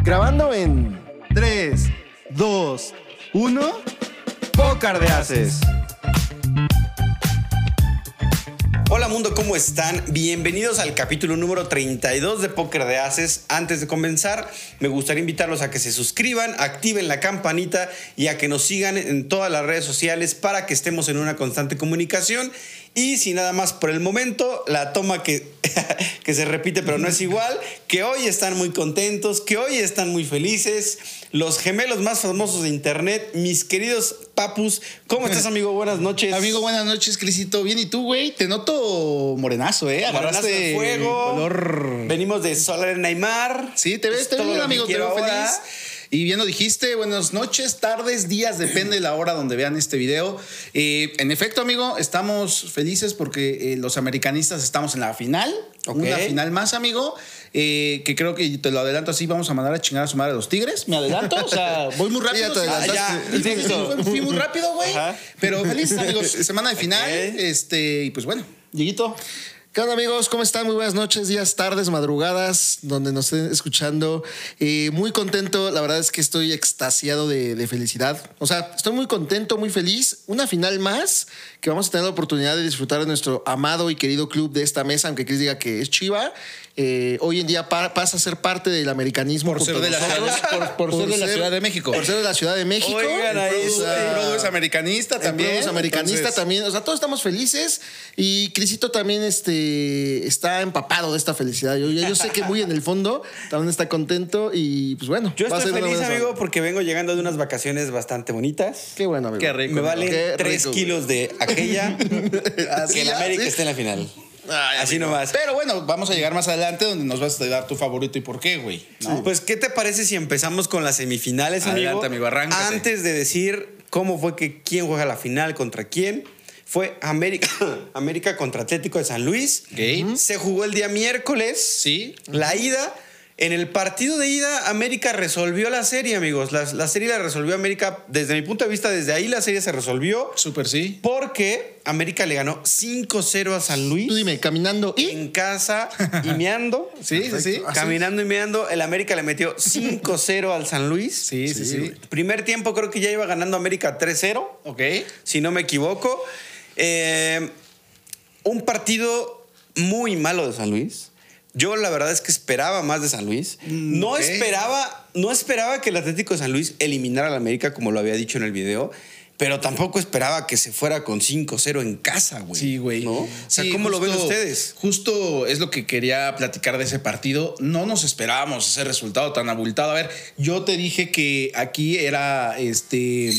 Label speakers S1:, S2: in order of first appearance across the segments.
S1: Grabando en 3, 2, 1. Pócar de Haces.
S2: Hola mundo, ¿cómo están? Bienvenidos al capítulo número 32 de Póker de Haces. Antes de comenzar, me gustaría invitarlos a que se suscriban, activen la campanita y a que nos sigan en todas las redes sociales para que estemos en una constante comunicación. Y sin nada más por el momento, la toma que, que se repite pero no es igual, que hoy están muy contentos, que hoy están muy felices, los gemelos más famosos de internet, mis queridos papus, ¿cómo estás amigo? Buenas noches.
S3: Amigo, buenas noches, Crisito. Bien, ¿y tú, güey? Te noto morenazo, ¿eh?
S2: Agarraste de fuego.
S3: color-
S2: Venimos de Solar Neymar.
S3: Sí, te ves,
S2: Es
S3: te ves
S2: todo
S3: bien,
S2: lo que
S3: amigo, te
S2: quiero
S3: veo
S2: ahora.
S3: feliz. Y bien lo dijiste, buenas noches, tardes, días, depende de la hora donde vean este video. Eh, en efecto, amigo, estamos felices porque eh, los americanistas estamos en la final.
S2: Ok.
S3: Una final más, amigo, eh, que creo que te lo adelanto así, vamos a mandar a chingar a su madre a los tigres. Me adelanto, o sea, voy muy rápido.
S1: ya te
S3: sí.
S1: adelantaste.
S3: Ah, ya.
S2: Exacto.
S3: Fui- Fui muy rápido, güey.
S2: Ajá.
S3: Pero felices, amigos, semana de final.
S2: Ok.
S3: Este, y pues bueno, Dieguito.
S1: ¿Qué onda amigos? ¿Cómo están? Muy buenas noches, días, tardes, madrugadas, donde nos estén escuchando. Eh, muy contento, la verdad es que estoy extasiado de, de felicidad. O sea, estoy muy contento, muy feliz. Una final más que vamos a tener la oportunidad de disfrutar de nuestro amado y querido club de esta mesa, aunque Chris diga que es Chiva. Eh, hoy en día pa- pasa a ser parte del americanismo.
S3: Por ser
S1: junto
S3: de
S1: a
S3: la
S1: nosotros.
S3: ciudad- por- por ser de la Ciudad de México.
S1: Por ser de la Ciudad de México.
S2: Oigan ahí,
S1: Entonces,
S2: sí.
S1: ah,
S3: El Prodo es americanista también.
S1: también. americanista
S3: entonces-
S1: también. O sea, todos estamos felices y Crisito también este, está empapado de esta felicidad. Yo, yo sé que muy en el fondo también está contento y pues bueno.
S2: Yo
S1: va a
S2: estoy
S1: ser una
S2: feliz,
S1: buena
S2: amigo,
S1: semana.
S2: porque vengo llegando de unas vacaciones bastante bonitas.
S1: Qué bueno, amigo.
S3: Qué rico.
S2: Me
S1: Qué
S2: valen 3
S1: rico, güey.
S2: kilos de aquella
S1: Así
S2: que el
S1: ya,
S2: América
S1: sí.
S2: esté en la final.
S3: Ay,
S2: Así
S3: amigo.
S2: nomás.
S3: Pero bueno, vamos a llegar más adelante donde nos vas a dar tu favorito y por qué, güey. ¿no?
S2: Pues, ¿qué te parece si empezamos con las semifinales, amigo?
S3: Adelante, amigo, arráncate.
S2: Antes de decir cómo fue que quién juega la final contra quién, fue América, América contra Atlético de San Luis.
S3: Ok.
S2: Se jugó el día miércoles.
S3: Sí.
S2: La ida. En el partido de ida, América resolvió la serie, amigos. La, la serie la resolvió América. Desde mi punto de vista, desde ahí la serie se resolvió.
S3: Súper sí.
S2: Porque América le ganó 5-0 a San Luis
S1: Tú dime, caminando y
S2: en casa y meando.
S3: Sí, sí, sí.
S1: Perfecto.
S2: Caminando y meando, el América le metió 5-0 al San Luis.
S3: Sí, sí, sí.
S2: güey. Primer tiempo creo que ya iba ganando América 3-0,
S3: Ok.
S2: si no me equivoco. Eh, un partido muy malo de San Luis. Yo la verdad es que esperaba más de San Luis. No
S3: ok.
S2: esperaba, no esperaba que el Atlético de San Luis eliminara al América como lo había dicho en el video, pero tampoco esperaba que se fuera con 5-0 en casa, güey.
S3: Sí, güey.
S2: ¿No? O sea,
S3: Sí,
S2: ¿cómo lo ven
S3: justo-
S2: ustedes?
S3: Justo es lo que quería platicar de ese partido. No nos esperábamos ese resultado tan abultado. A ver, yo te dije que aquí era este.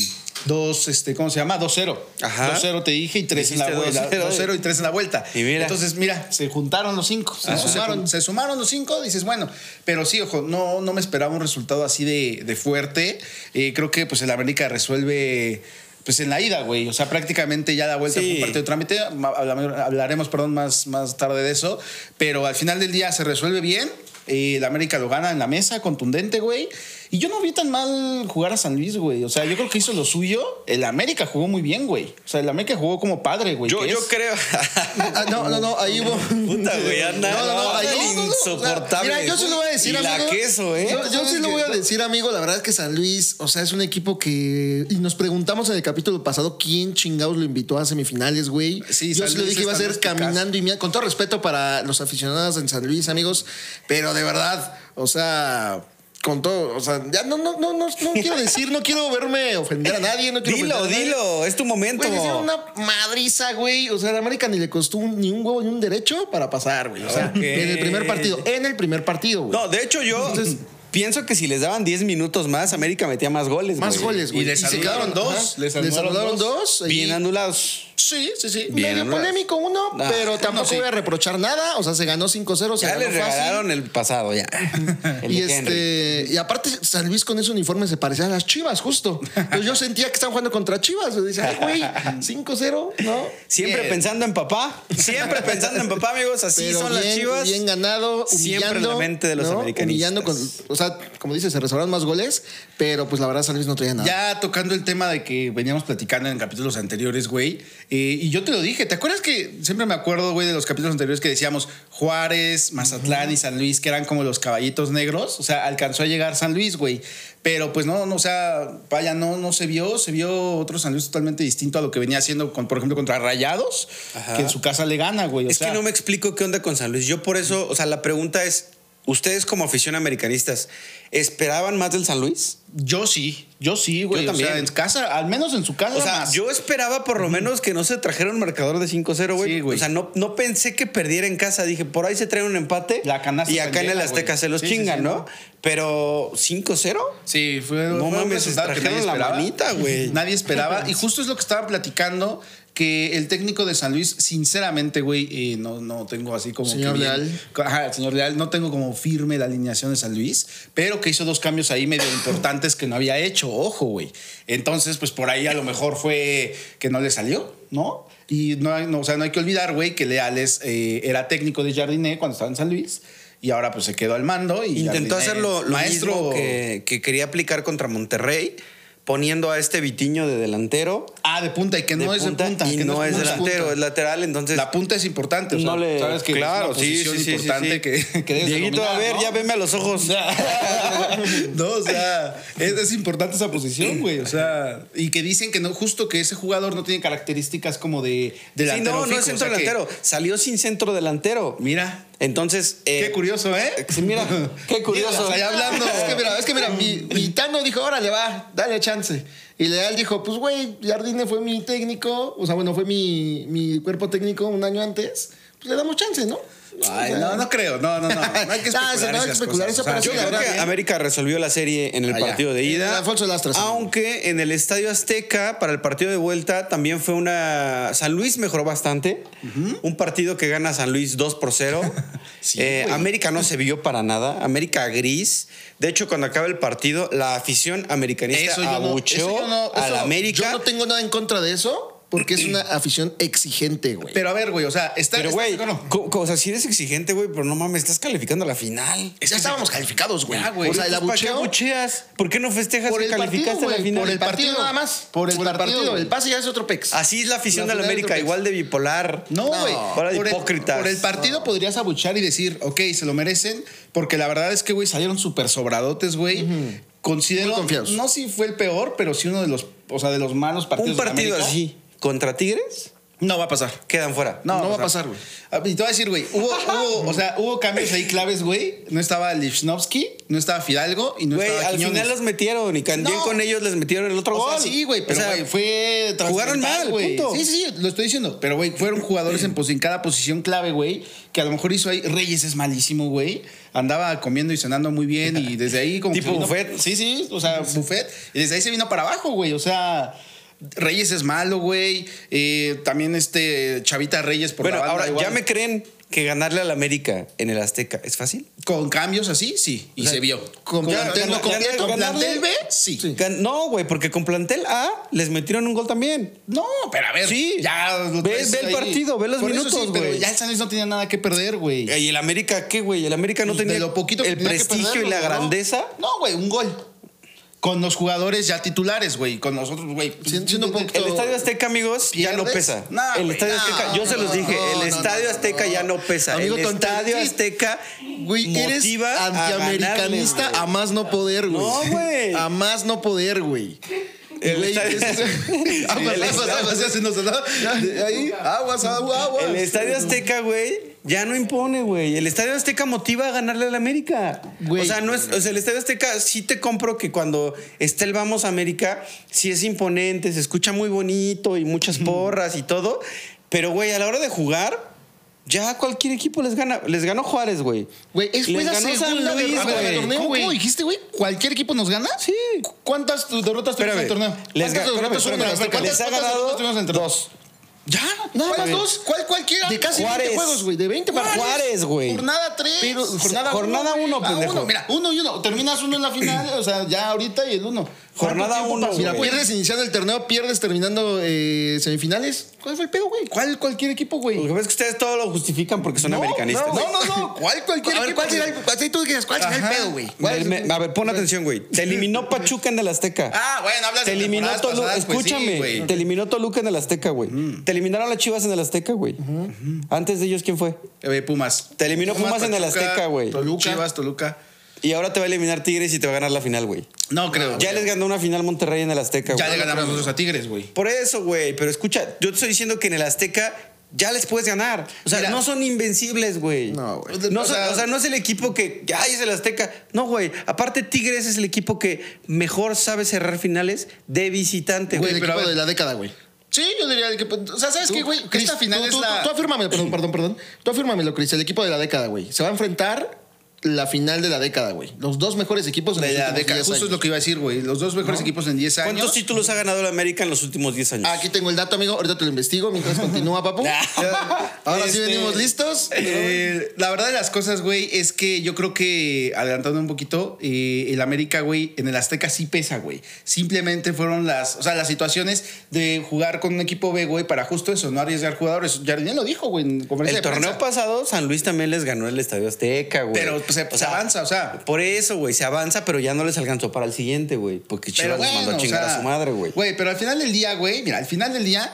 S3: Dos, este, ¿cómo se llama? 2-0.
S2: Ajá.
S3: 2-0 te dije y 3 en la
S2: Dijiste
S3: vuelta.
S2: 2-0.
S3: 2-0 y 3 en la vuelta.
S2: Y mira. Ah,
S3: Entonces, mira, se juntaron los 5. Se, sumaron, se sumaron los 5, dices, bueno, pero sí, ojo, no, no me esperaba un resultado así de, de fuerte. Eh, creo que pues el América resuelve pues en la ida, güey. O sea, prácticamente ya la vuelta
S2: Sí.
S3: fue un partido de trámite. Ma- habla- Hablaremos, perdón, más, más tarde de eso. Pero al final del día se resuelve bien. Eh, el América lo gana en la mesa, contundente, güey. Y yo no vi tan mal jugar a San Luis, güey. O sea, yo creo que hizo lo suyo. El América jugó muy bien, güey. O sea, el América jugó como padre, güey.
S2: Yo,
S3: que
S2: yo
S3: es-
S2: creo.
S1: Ah, no, no, no, ahí hubo.
S2: Puta, güey, anda.
S1: No, no, no, ahí-
S2: anda el
S1: no, no, no, o sea,
S2: insoportable.
S1: Mira, yo sí lo voy a decir,
S2: y la
S1: amigo.
S2: queso, ¿eh?
S1: Yo, yo sí lo voy a decir, amigo. La verdad es que San Luis, o sea, es un equipo que. Y nos preguntamos en el capítulo pasado quién chingados lo invitó a semifinales, güey.
S3: Sí,
S1: yo
S3: San
S1: sí lo
S3: Luis
S1: dije iba a
S3: está
S1: ser
S3: en
S2: este
S3: los picazos.
S1: caminando y mira, Con todo respeto para los aficionados en San Luis, amigos. Pero de verdad, o sea. Con todo, o sea, ya no, no, no, no, no quiero decir, no quiero verme ofender a nadie, no quiero
S2: Dilo,
S1: ofender a nadie.
S2: dilo. Es tu momento.
S1: Güey, le hicieron una madriza, güey. O sea, a América ni le costó un- ni un huevo ni un derecho para pasar, güey. O sea,
S2: Ok.
S1: en el primer partido. En el primer partido, güey.
S2: No, de hecho, yo pienso que si les daban 10 minutos más, América metía más goles.
S1: Más
S2: güey.
S1: goles, güey.
S3: Y les anularon dos,
S1: ajá,
S3: les
S1: Les
S3: anularon
S1: anularon
S3: dos.
S1: dos. y-
S2: Bien anulados.
S1: Sí, sí, sí.
S2: Bien,
S1: Medio
S2: ¿no?
S1: polémico uno,
S2: No,
S1: pero
S2: no,
S1: tampoco
S2: sí.
S1: voy a reprochar nada. O sea, se ganó 5-0, se
S2: Ya
S1: ganó
S2: les regalaron el pasado, ya. El
S1: Y,
S2: de Henry.
S1: este, y aparte, San Luis con ese uniforme se parecía a las Chivas, justo. Pero yo sentía que estaban jugando contra Chivas. Yo decía, ay, güey, 5-0, ¿no?
S2: Siempre
S3: Bien.
S2: pensando en papá. Siempre pensando en papá, amigos. Así
S1: Pero
S2: son
S1: bien,
S2: las chivas.
S1: bien ganado, humillando.
S2: Siempre en la mente de los
S1: ¿no?
S2: americanistas.
S1: Humillando con, o sea, como dices, se reservaron más goles, pero pues la verdad San Luis no
S2: Ah.
S1: traía nada.
S3: Ya tocando el tema de que veníamos platicando en capítulos anteriores, güey. eh, y yo te lo dije, ¿te acuerdas que siempre me acuerdo, güey, de los capítulos anteriores que decíamos Juárez, Mazatlán y San Luis, que eran como los caballitos negros? O sea, alcanzó a llegar San Luis, güey. Pero pues no, no, o sea, vaya, no, no se vio, se vio otro San Luis totalmente distinto a lo que venía haciendo, con, por ejemplo, contra Rayados,
S2: Ajá.
S3: que en su casa le gana, güey. o
S2: Es
S3: sea.
S2: que no me explico qué onda con San Luis. Yo por eso, o sea, la pregunta es, ustedes como afición americanistas, ¿esperaban más del San Luis?
S3: Yo sí, yo sí, güey.
S2: Yo
S3: o sea,
S2: también.
S3: en casa, al menos en su casa.
S2: O sea,
S3: más.
S2: yo esperaba por lo menos que no se trajera un marcador de 5-0, güey.
S3: Sí, güey.
S2: o sea, no, no pensé que perdiera en casa. Dije, por ahí se trae un empate.
S3: La canasta
S2: y acá en el
S3: pendeja,
S2: Azteca
S3: güey.
S2: se los
S3: Sí, sí,
S2: chingan,
S3: sí,
S2: ¿no?
S3: ¿no?
S2: Pero 5-0.
S3: Sí, fue,
S2: No
S3: fue un
S2: mames,
S3: resultado que
S2: trajeron
S3: nadie
S2: la
S3: esperaba.
S2: manita, güey.
S3: Nadie esperaba. Y justo es lo que estaba platicando, que el técnico de San Luis, sinceramente, güey, eh, no, no tengo así como...
S1: Señor
S3: que bien-
S1: Leal.
S3: Ajá, el señor Leal, no tengo como firme la alineación de San Luis, pero que hizo dos cambios ahí medio importantes que no había hecho, ojo, güey. Entonces, pues por ahí a lo mejor fue que no le salió, ¿no? Y no, hay- no, o sea, no hay que olvidar, güey, que Leal es, eh, era técnico de Jardiné cuando estaba en San Luis. Y ahora pues se quedó al mando y
S2: Intentó
S3: Jardiné
S2: hacer lo,
S3: es
S2: lo mismo que, que quería aplicar contra Monterrey, poniendo a este Vitiño de delantero.
S3: Ah, de punta y que no
S2: de
S3: es de
S2: punta,
S3: punta.
S2: y
S3: que
S2: no, es
S3: punta.
S2: delantero, es lateral, entonces...
S3: La punta es importante. o sea,
S2: No le-
S3: sabes que
S2: claro,
S3: es una posición
S2: sí, sí, sí,
S3: importante
S2: sí, sí.
S3: que, que debes de
S2: Dieguito, a
S3: dominar,
S2: ver,
S3: ¿no?
S2: ya veme a los ojos.
S3: no, o sea, es, es importante esa posición, güey. O sea, y que dicen que no, justo que ese jugador no tiene características como de
S2: Sí,
S3: delantero.
S2: no, no
S3: fijo, o
S2: es
S3: sea
S2: centro
S3: que-
S2: delantero. Salió sin centro delantero.
S3: mira,
S2: Entonces. eh,
S3: qué curioso, ¿eh?
S2: sí, mira, qué curioso.
S3: Mira, allá hablando.
S1: Es que mira, es que mira, mi, mi Tano dijo, órale, va, dale chance. Y Leal dijo, pues güey, Jardine fue mi técnico, o sea, bueno, fue mi, mi cuerpo técnico un año antes, pues le damos chance, ¿no?
S3: Ay, no, no creo. No, no, no. No hay que
S1: No,
S3: especular,
S1: eso no hay que
S3: esas cosas.
S1: especular, eso
S3: O sea,
S1: parece
S2: Yo
S1: la
S2: creo
S1: verdad,
S2: que
S1: bien.
S2: América resolvió la serie en el
S3: Allá.
S2: partido de ida.
S1: En el Alfonso Lastras.
S2: Aunque en el Estadio Azteca, para el partido de vuelta, también fue una. San Luis mejoró bastante. Un partido que gana San Luis 2 por 0. Eh, América no se vio para nada. América gris. De hecho, cuando acaba el partido, la afición americanista
S3: Eso yo no-
S2: abucheó
S3: eso yo no- eso
S2: al
S3: yo
S2: América.
S1: Yo no tengo nada en contra de eso, porque es una afición exigente, güey.
S3: Pero a ver, güey, o sea, está.
S2: Pero,
S3: está-
S2: güey,
S3: no, no.
S2: co- co- o sea, si eres exigente, güey, pero no mames, estás calificando a la final.
S1: ya estábamos calificados, güey.
S3: Ya, güey.
S1: O sea, el
S2: Entonces, ¿Para qué
S1: abucheo.
S2: abucheas? ¿Por qué no festejas
S1: Por
S2: que
S1: el partido,
S2: calificaste a la
S1: güey,
S2: final?
S1: por el partido nada más.
S3: Por el partido, güey.
S1: El pase ya es otro pex.
S2: Así es la afición
S1: La
S2: de la
S1: final
S2: América,
S1: del
S2: igual de bipolar.
S3: No, güey.
S2: Ahora de
S3: Por el-
S2: hipócritas.
S3: Por el partido podrías abuchar y decir, ok, se lo merecen, porque la verdad es que, güey, salieron súper sobradotes, güey.
S1: Muy
S3: Considero,
S1: confiados.
S3: no si fue el peor, pero sí uno de los, o sea, de los malos partidos.
S2: Un
S3: de la
S2: partido
S3: América.
S2: así contra Tigres
S3: No va a pasar.
S2: quedan fuera.
S1: No, va a pasar, güey.
S3: Ah, Y te voy a decir, güey, hubo, hubo, o sea, hubo cambios ahí claves, güey. No estaba Lichnowsky, no estaba Fidalgo y no
S2: Güey,
S3: estaba
S2: al
S3: Quiñones.
S2: final los metieron y también
S3: No.
S2: con ellos les metieron el otro
S3: O sea,
S2: gol.
S3: sí, güey, pero
S2: O sea,
S3: güey, fue
S2: jugaron
S3: trascendental,
S2: mal,
S3: güey.
S2: punto.
S3: Sí, sí, sí, lo estoy diciendo. Pero, güey, fueron jugadores en, pos- en cada posición clave, güey, que a lo mejor hizo ahí. Reyes es malísimo, güey. Andaba comiendo y cenando muy bien y desde ahí como. que
S2: Tipo
S3: vino-
S2: buffet.
S3: Sí, sí, o sea, buffet. Y desde ahí se vino para abajo, güey. O sea. Reyes es malo, güey. Eh, también este Chavita Reyes por
S2: Bueno,
S3: la banda
S2: ahora
S3: igual.
S2: ya me creen que ganarle al América en el Azteca es fácil.
S3: con cambios así, sí, y se vio.
S1: Con
S2: Ya,
S1: plantel
S2: ya,
S1: no
S2: ya,
S1: completo,
S2: ya,
S1: con
S2: ganarle-
S1: plantel B,
S3: sí.
S2: Gan- No, güey, porque con plantel A les metieron un gol también.
S3: No, pero a ver.
S2: Sí.
S3: Ya lo
S2: Ve-
S3: traes
S2: ve el
S3: ahí.
S2: partido, ve los
S3: Por eso
S2: minutos,
S3: sí, pero
S2: güey.
S3: ya el San Luis no tenía nada que perder, güey.
S2: ¿Y el América qué, güey? El América no
S3: Pues,
S2: tenía
S3: de lo poquito que
S2: el
S3: tenía que
S2: prestigio
S3: perder,
S2: y la
S3: lo ganó.
S2: grandeza.
S3: No, güey, un gol. Con los jugadores ya titulares, güey. Con nosotros, güey.
S1: Siendo- siendo un poquito-
S2: El Estadio Azteca, amigos, ya no
S3: ¿Pierdes?
S2: pesa.
S3: No,
S2: el
S3: güey,
S2: Estadio
S3: no,
S2: Azteca, yo se los
S1: no,
S2: dije,
S1: no,
S2: el
S1: no,
S2: Estadio
S1: no,
S2: Azteca
S1: no.
S2: ya no pesa.
S1: Amigo
S2: el
S1: tonto,
S2: Estadio
S1: sí.
S2: Azteca
S1: Güey, eres
S2: motiva a
S1: antiamericanista
S2: ganarle,
S1: a,
S2: güey.
S1: más no poder, güey.
S2: No, güey.
S1: A más no poder, güey.
S2: El
S1: Güey,
S2: estadio-
S1: ¿qué es eso? Aguas,
S2: El
S1: aguas,
S2: estadio-
S1: aguas, ya se nos andaba- de ahí, aguas, aguas, aguas.
S2: El Estadio Azteca, güey, ya no impone, güey. El Estadio Azteca motiva a ganarle al América.
S1: Güey.
S2: O sea, no es, o sea, el Estadio Azteca sí te compro que cuando esté el Vamos América, sí es imponente, se escucha muy bonito y muchas porras y todo. Pero, güey, a la hora de jugar, ya cualquier equipo les gana. Les ganó Juárez, güey.
S1: Güey, es fue
S2: Les
S1: la
S2: ganó San
S1: segunda
S2: Luis,
S1: derrota del
S2: güey.
S1: torneo,
S3: ¿Cómo,
S1: güey.
S3: dijiste, güey? ¿Cualquier equipo nos gana?
S2: Sí.
S3: ¿Cu- ¿Cuántas tu- derrotas tuvimos en
S2: Espérame.
S3: el torneo? ¿Cuántas
S2: Les ga- espérame,
S3: derrotas tuvimos en el
S2: espérame,
S3: Azteca?
S2: espérame. Les ha
S3: ¿Cuántas derrotas
S2: ganado
S3: tuvimos en el torneo?
S2: dos.
S3: Ya,
S1: Nada
S3: ¿cuál
S1: más
S3: es?
S1: dos. ¿Cuál, cualquiera? De casi
S2: Juárez.
S1: 20 juegos, güey. De 20
S2: Juárez,
S1: partidos.
S2: güey.
S1: Jornada 3.
S2: Pero, jornada jornada uno, pendejo.
S3: mira, Ah, uno y uno. Terminas uno en la final, o sea, ya ahorita y el uno. ¿Cuánto
S2: Jornada
S3: tiempo
S2: uno,
S3: pasó,
S1: Mira,
S3: güey?
S1: pierdes iniciando el torneo, pierdes terminando eh, semifinales.
S3: ¿Cuál fue el pedo, güey? ¿Cuál cualquier equipo,
S2: Lo que
S3: güey?
S2: pasa es que ustedes todo lo justifican porque son americanistas.
S3: No, no, no. ¿Cuál cualquier
S1: A ver,
S3: equipo?
S1: ¿cuál será el,
S3: güey?
S1: cuál, sí, tú dices, ¿cuál será el
S3: Ajá.
S1: pedo, güey? ¿Cuál
S2: Me-
S1: es-
S2: me- a ver, pon atención, güey. Te eliminó Pachuca en el Azteca.
S3: Ah, bueno, hablas
S2: Te
S3: de
S2: eliminó
S3: temporadas
S2: Toluca.
S3: pasadas, pues, sí,
S2: Escúchame.
S3: güey.
S2: te eliminó Toluca en el Azteca, güey. Te eliminaron las Chivas en el Azteca, güey. Antes de ellos, ¿quién fue?
S3: Eh, Pumas.
S2: Te eliminó Pumas en el
S3: Pachuca,
S2: Azteca, güey.
S3: Toluca. Chivas, Toluca.
S2: Y ahora te va a eliminar Tigres y te va a ganar la final, güey.
S3: No creo.
S2: Ya les ganó una final Monterrey en el Azteca,
S3: Ya
S2: güey.
S3: le ganamos nosotros a Tigres, güey.
S2: Por eso, güey. Pero escucha, yo te estoy diciendo que en el Azteca ya les puedes ganar. O sea,
S3: Mira.
S2: no son invencibles, güey.
S1: No, güey.
S2: No
S3: O
S2: son-
S3: sea-
S2: o sea, no es el equipo que. que, Ay, es el Azteca. No, güey. Aparte, Tigres es el equipo que mejor sabe cerrar finales de visitante,
S1: Güey,
S2: güey.
S1: el
S3: pero a
S1: equipo
S3: ver.
S1: de la década, güey.
S3: Sí, yo diría que. O sea, ¿sabes
S1: Tú,
S3: qué, güey? Que
S1: Cris,
S3: esta final
S1: tú,
S3: es
S1: tú-
S3: la.
S1: Tú afírmamelo, perdón, perdón, perdón. Tú afírmamelo, Chris. El equipo de la década, güey. Se va a enfrentar la final de la década, güey. Los dos mejores equipos en
S3: de
S1: los
S3: la
S1: últimos
S3: década.
S1: 10
S3: Justo es
S1: años.
S3: lo que iba a decir, güey. Los dos mejores equipos en 10 años.
S2: ¿Cuántos títulos ha ganado el América en los últimos 10
S3: Ah,
S2: años?
S1: Aquí tengo el dato, amigo. Ahorita te lo investigo mientras continúa, papu. Ya. Ahora sí
S3: Este,
S1: venimos listos.
S3: eh, la verdad de las cosas, güey, es que yo creo que, adelantando un poquito, eh, el América, güey, en el Azteca sí pesa, güey. Simplemente fueron las, o sea, las situaciones de jugar con un equipo B, güey, para justo eso, no arriesgar jugadores. Jardín lo dijo, güey, en conferencia
S2: El
S3: de
S2: torneo
S3: prensa.
S2: pasado, San Luis también les ganó el Estadio Azteca, güey.
S3: Pero pues, se,
S2: O
S3: se
S2: sea,
S3: avanza, o sea.
S2: Por eso, güey, se avanza, pero ya no les alcanzó para el siguiente, güey. Porque
S3: Pero
S2: Chivas les mandó a
S3: bueno, o
S2: chingar
S3: sea,
S2: a su madre, güey.
S3: Güey, pero al final del día, güey, mira, al final del día,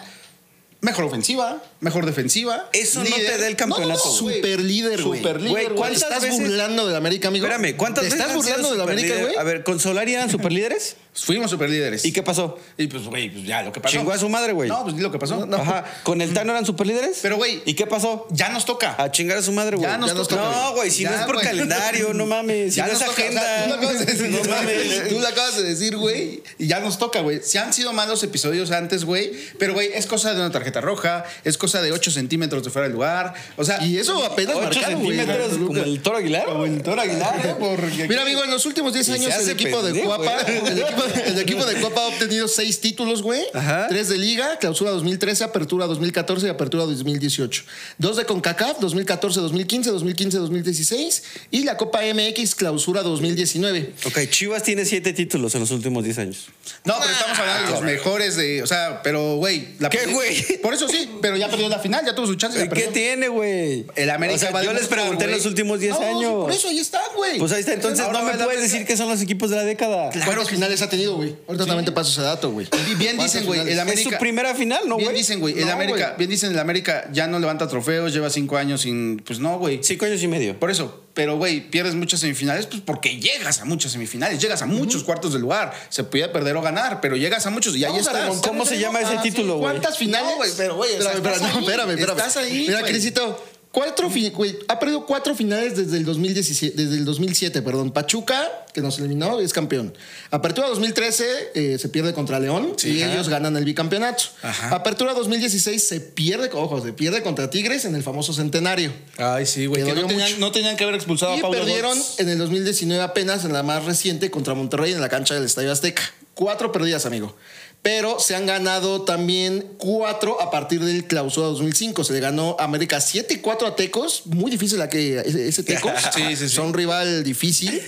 S3: mejor ofensiva, mejor defensiva.
S2: Eso no te da el
S3: No, no,
S2: campeonato,
S3: no,
S2: güey.
S1: Super líder, güey.
S3: Super líder,
S2: Güey,
S1: Te
S2: ¿cuántas
S1: estás
S2: veces-
S1: burlando de la América, amigo?
S2: Espérame, ¿cuántas
S1: ¿Te
S2: veces
S1: estás
S2: han sido
S1: burlando de la América,
S2: superlíder?
S1: güey?
S2: A ver, ¿con Solari eran superlíderes?
S3: Fuimos superlíderes.
S2: ¿Y qué pasó?
S3: Y pues, güey, pues ya, lo que pasó.
S2: Chingó a su madre, güey.
S3: No, pues lo que pasó.
S2: Ajá. ¿Con el Tano eran superlíderes?
S3: Pero, güey,
S2: ¿Y qué pasó?
S3: ya nos toca.
S2: A chingar a su madre, güey.
S3: Ya nos toca,
S2: No,
S3: güey.
S2: güey, si
S3: Ya,
S2: no es por
S3: güey.
S2: calendario, no mames. Si
S3: Ya
S2: no
S3: nos
S2: es
S3: toca, o sea, tú
S2: agenda.
S3: lo acabas de decir,
S2: no mames.
S3: Tú lo acabas de decir, güey. Y ya nos toca, güey. Si han sido malos episodios antes, güey. Pero, güey, es cosa de una tarjeta roja. Es cosa de 8 centímetros de fuera del lugar. O sea.
S1: Y eso apenas
S2: Ocho
S1: marcaron, güey.
S2: centímetros como el Toro Aguilar.
S3: Como el Toro Aguilar, ¿eh? Porque-
S1: Mira, amigo, en los últimos 10
S2: Y se
S1: años el
S2: hace
S1: equipo, de
S2: pendejo,
S1: Cuapa,
S2: ¿eh?
S1: el, equipo, el equipo de Cuapa ha obtenido 6 títulos, güey.
S2: Ajá.
S1: 3 de Liga, Clausura 2013, Apertura 2014 y Apertura 2018. 2 de CONCACAF, 2014, 2015, 2015, 2016. Y la Copa MX, Clausura 2019.
S2: Ok, Chivas tiene siete títulos en los últimos 10 años.
S3: No, pero estamos hablando de los mejores de. O sea, pero, güey. la
S2: Ah. ¿Qué,
S3: perdió-
S2: güey?
S3: Por eso sí, pero ya perdió la final, ya tuvo su chance. la
S2: ¿Qué
S3: perdió.
S2: tiene, güey?
S3: El América
S2: O sea,
S3: va de
S2: yo les
S3: motor,
S2: pregunté en
S3: güey.
S2: los últimos 10
S3: No, sí,
S2: años.
S3: Por eso ahí está, güey.
S2: Pues ahí está, entonces
S3: Ahora
S2: no me
S3: va la
S2: puedes
S3: América.
S2: decir que son los equipos de la década.
S1: ¿Cuántas finales ha tenido, güey? Ahorita también te paso ese dato, güey.
S3: Y Bien dicen, güey, el
S2: Es
S3: América.
S2: su primera final, ¿no,
S3: Bien
S2: güey?
S3: dicen, güey, el
S1: No,
S3: América,
S1: güey.
S3: bien dicen, el América ya no levanta trofeos, lleva cinco años sin, pues no, güey.
S2: Cinco años y medio.
S3: Por eso, pero güey, pierdes muchas semifinales, pues porque llegas a muchas semifinales, llegas a muchos cuartos de lugar, se podía perder o ganar, pero llegas a muchos y ahí
S1: Vamos a
S3: estás.
S1: remontar.
S2: ¿Cómo se llama ese
S1: Ah,
S2: título, güey?
S1: ¿Cuántas finales?
S3: No, güey, pero, güey, o sea,
S1: espérame, espérame,
S3: estás
S1: no,
S3: ahí,
S1: espérame, espérame.
S3: estás ahí,
S1: Mira,
S3: güey.
S1: Crisito, cuatro fi- güey, ha perdido cuatro finales desde el 2017, desde el 2007, perdón. Pachuca, que nos eliminó, es campeón. Apertura 2013 eh, se pierde contra León y ellos ganan el bicampeonato.
S3: Ajá.
S1: Apertura 2016 se pierde, ojo, se pierde contra Tigres en el famoso centenario.
S3: Ay, sí,
S1: güey, que no tenían-
S3: Pues que haber expulsado
S1: Y perdieron en el 2019 apenas en la más reciente contra Monterrey en la cancha del Estadio Azteca. Cuatro perdidas, amigo. Pero se han ganado también cuatro a partir del clausura 2005. Se le ganó a América 7-4 a Tecos. Muy difícil la que ese, ese Tecos.
S3: Sí, sí, sí.
S1: Son rival difícil.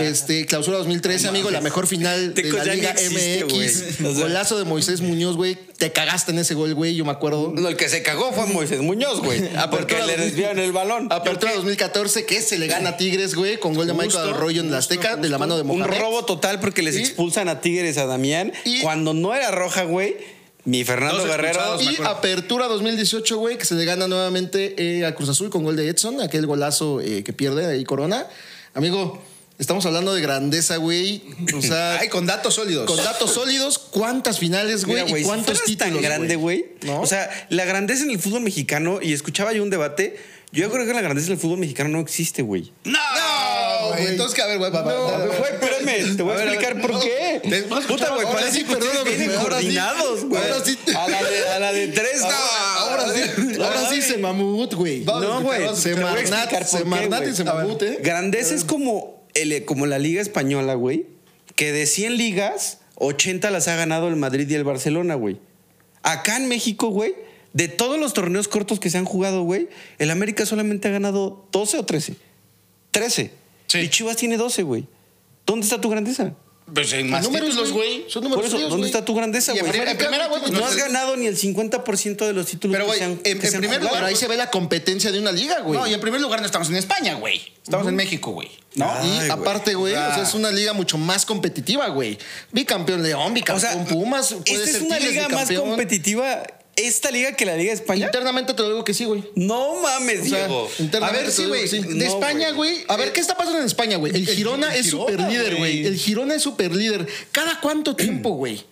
S1: Este, clausura 2013, amigo, la mejor final de
S2: Tecos
S1: la
S2: ya ni
S1: Liga
S2: existe,
S1: MX.
S2: güey. O sea-
S1: Golazo de Moisés Muñoz, güey. Te cagaste en ese gol, güey. Yo me acuerdo.
S2: No, el que se cagó fue Moisés Muñoz, güey. Porque
S1: Apertura
S2: le
S1: 2000.
S2: desviaron el balón.
S1: Apertura 2014, que se le gana a Tigres, güey, con gol de Michael
S3: Justo,
S1: Arroyo en la Azteca, de la mano de
S2: Un
S1: Mohamed.
S2: robo total porque les
S1: Y-
S2: expulsan a Tigres a Damián.
S1: Y-
S2: Cuando no era roja, güey, ni Fernando
S3: Dos
S2: Guerrero.
S3: expulsados, me
S1: Y
S3: acuerdo.
S1: apertura 2018, güey, que se le gana nuevamente eh, a Cruz Azul con gol de Edson, aquel golazo eh, que pierde ahí Corona. Amigo, estamos hablando de grandeza, güey. O sea,
S3: Ay, con datos sólidos.
S1: con datos sólidos, cuántas finales,
S2: Mira,
S1: güey, y
S2: si
S1: cuántos
S2: fueras
S1: títulos.
S2: tan grande, güey.
S1: ¿No?
S2: O sea, la grandeza en el fútbol mexicano, y escuchaba yo un debate, yo creo que la grandeza en el fútbol mexicano no existe, güey.
S3: No, güey.
S1: güey.
S3: Entonces, que a ver, güey, va, va,
S2: No,
S3: va, va, va.
S2: güey, espérame, te voy a
S3: A ver,
S2: explicar
S3: no.
S2: por qué.
S3: Te- vas a escuchar-
S2: Puta, güey,
S3: ahora
S2: parece
S3: sí,
S2: que ustedes
S3: perdóname,
S2: vienen
S3: ahora sí.
S2: coordinados, güey.
S3: Ahora sí.
S2: A la de, a la de tres, no.
S3: ahora sí.
S1: Ahora sí se mamut, güey.
S3: Vamos a
S2: No,
S3: escuchar,
S2: güey.
S3: vamos a
S2: te voy a
S1: Semarnat,
S2: explicar por qué,
S1: Semarnat
S2: güey.
S1: y Semamut, ¿eh?
S2: Grandeza es como, el, como la Liga Española, güey, que de 100 ligas, 80 las ha ganado el Madrid y el Barcelona, güey. Acá en México, güey, De todos los torneos cortos que se han jugado, güey, el América solamente ha ganado 12 o 13. 13.
S3: Sí.
S2: Y Chivas tiene 12, güey. ¿Dónde está tu grandeza?
S3: Pues en más
S1: números,
S3: títulos,
S1: güey.
S3: güey.
S1: Son
S2: Por
S1: números
S2: eso,
S1: fríos,
S2: ¿dónde
S1: güey.
S2: está tu grandeza,
S3: Y en
S2: güey?
S3: primer- en primera, güey, pues,
S2: no
S3: no
S2: has
S3: sé.
S2: ganado ni el 50% de los títulos
S3: Pero,
S2: que
S3: güey,
S2: se han
S3: en-
S2: que
S3: en
S2: se han
S3: primer
S2: jugado.
S3: lugar,
S1: Pero ahí se ve la competencia de una liga, güey.
S3: No, y en primer lugar no estamos en España, güey. Estamos en México, güey. ¿No?
S2: Ah.
S1: Y
S2: Ay, güey.
S1: aparte, güey,
S3: Ah.
S1: o sea, es una liga mucho más competitiva, güey. Bicampeón León,
S2: O
S1: bicampeón
S2: sea,
S1: Pumas. puede
S2: esta es
S1: ser
S2: una
S1: Tigres
S2: liga más
S1: bicampeón.
S2: competitiva. Esta liga que la Liga de España.
S1: Internamente te lo digo que sí, güey.
S2: no mames,
S1: O sea,
S2: Diego.
S3: A
S1: internamente
S3: ver,
S1: te
S3: sí,
S1: lo digo
S3: güey.
S1: que
S3: De
S2: No,
S3: España,
S2: güey. eh,
S3: güey.
S1: A ver, ¿qué está pasando en España, güey? El
S3: el
S1: Girona es
S3: Girona,
S1: super líder, güey.
S3: güey.
S1: El Girona es super líder. ¿Cada cuánto tiempo, güey?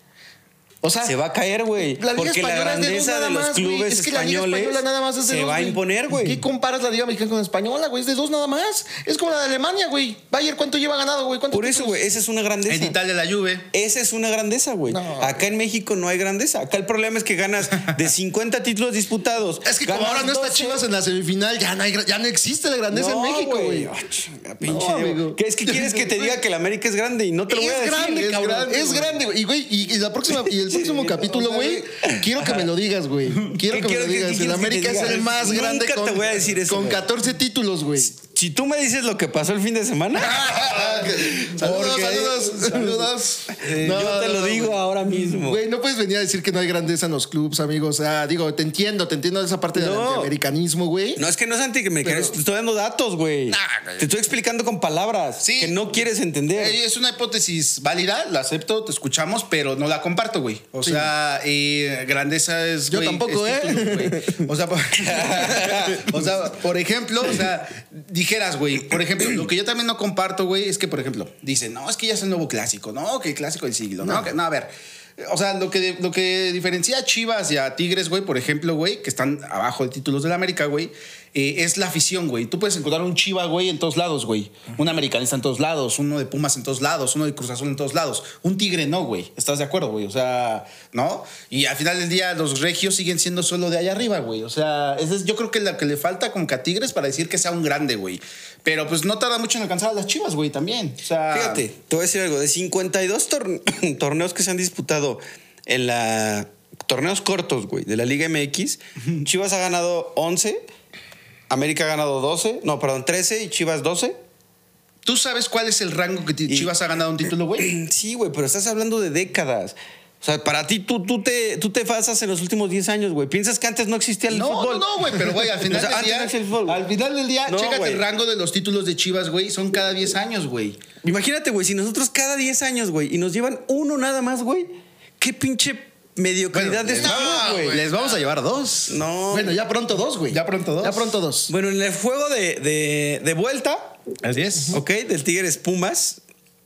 S1: O sea,
S2: Se va a caer, güey.
S1: La Liga
S2: Porque la
S1: Española es de dos
S2: grandeza de,
S1: nada
S2: los
S1: más, güey.
S2: clubes
S1: es que la Liga
S2: españoles
S1: Española nada más es de
S2: se
S1: dos,
S2: va a imponer, güey.
S1: ¿Qué comparas la Liga Mexicana con la española, güey? Es de dos nada más. Es como la de Alemania, güey. Bayer, ¿cuánto lleva ganado, güey? ¿Cuánto
S2: Por eso, güey, esa es una grandeza.
S3: En Italia la Juve.
S2: Esa es una grandeza, güey.
S1: No.
S2: Acá en México no hay grandeza. Acá el problema es que ganas de 50 títulos disputados.
S1: Es que como
S2: ganas
S1: ahora no está
S2: 12.
S1: Chivas en la semifinal, ya no, hay gra- ya no existe la grandeza
S2: No,
S1: en México, güey.
S2: Ah, chinga, pinche
S1: No,
S2: Diego.
S1: amigo.
S2: ¿Qué es que quieres que te diga que el América es grande y no te lo voy a
S1: Es
S2: decir?
S1: grande,
S2: Es
S1: cabrón.
S2: grande,
S1: es
S2: güey.
S1: grande, güey. Y, güey, y, y la próxima, y el próximo
S2: Sí,
S1: capítulo,
S2: no,
S1: güey,
S2: güey.
S1: quiero que me lo digas, güey. Quiero
S2: ¿Qué
S1: que me lo
S2: quiero que- qué
S1: digas. El
S2: quieres que
S1: América
S2: te
S1: es
S2: diga?
S1: el más
S2: Nunca
S1: grande
S2: te
S1: con,
S2: voy a decir eso,
S1: con
S2: güey.
S1: 14 títulos, güey.
S2: Si tú me dices lo que pasó el fin de semana,
S1: Saludos,
S2: Porque-
S1: saludos, saludos.
S2: eh,
S1: No,
S2: yo te
S1: no,
S2: lo
S1: no,
S2: digo
S1: güey.
S2: ahora mismo.
S1: Güey, no puedes venir a decir que no hay grandeza en los clubes, amigos. O sea, digo, te entiendo, te entiendo esa parte del
S2: No.
S1: antiamericanismo, güey.
S2: No es que no es antiamericano, te estoy dando datos, güey. Te estoy explicando con palabras
S3: Sí.
S2: que no quieres entender.
S3: Eh, Es una hipótesis válida, la acepto, te escuchamos, pero no la comparto, güey. O sea, eh, grandeza es.
S1: Yo
S3: güey,
S1: tampoco,
S3: es
S1: ¿eh?
S3: título, güey. o, sea, por, o sea, por ejemplo, o sea, dijeras, güey, por ejemplo, lo que yo también no comparto, güey, es que, por ejemplo, dicen, no, es que ya es el nuevo clásico, no, que el clásico del siglo, no, que- no, a ver. O sea, lo que, lo que diferencia a Chivas y a Tigres, güey, por ejemplo, güey, que están abajo de títulos del América, güey, eh, es la afición, güey. Tú puedes encontrar un Chiva, güey, en todos lados, güey. Un americanista en todos lados, uno de Pumas en todos lados, uno de Cruz Azul en todos lados. Un Tigre no, güey. ¿Estás de acuerdo, güey? O sea, ¿no? Y al final del día los regios siguen siendo solo de allá arriba, güey. O sea, ese es, yo creo que lo que le falta como que a Tigres para decir que sea un grande, güey. Pero pues no tarda mucho en alcanzar a las Chivas, güey, también. O sea,
S2: Ah. Fíjate, te voy a decir algo. De 52 tor- torneos que se han disputado en la. Torneos cortos, güey, de la Liga MX, Chivas ha ganado 11, América ha ganado 12, no, perdón, 13 y Chivas 12.
S3: ¿Tú sabes cuál es el rango que ti- Chivas ha ganado un título, güey?
S2: Sí, güey, pero estás hablando de décadas. O sea, para ti, tú, tú, te, tú te basas en los últimos 10 años, güey. Piensas que antes no existía el
S3: no,
S2: fútbol.
S3: No, no, güey, pero güey, al final
S2: O sea,
S3: del
S2: antes
S3: día.
S2: no hacía el fútbol, güey.
S3: al final del día,
S2: No,
S3: chécate
S2: güey.
S3: el rango de los títulos de Chivas, güey. Son cada 10 años, güey.
S2: Imagínate, güey, si nosotros cada 10 años, güey, y nos llevan uno nada más, güey, qué pinche mediocridad
S3: Bueno, les
S2: estamos,
S3: vamos-
S2: Ah, güey.
S3: Les vamos a llevar dos.
S2: No.
S1: Bueno, ya pronto dos, güey.
S3: Ya pronto dos.
S1: Ya pronto dos.
S2: Bueno, en el juego de, de, de vuelta,
S3: Así es.
S2: ¿ok? Del Tigres Pumas.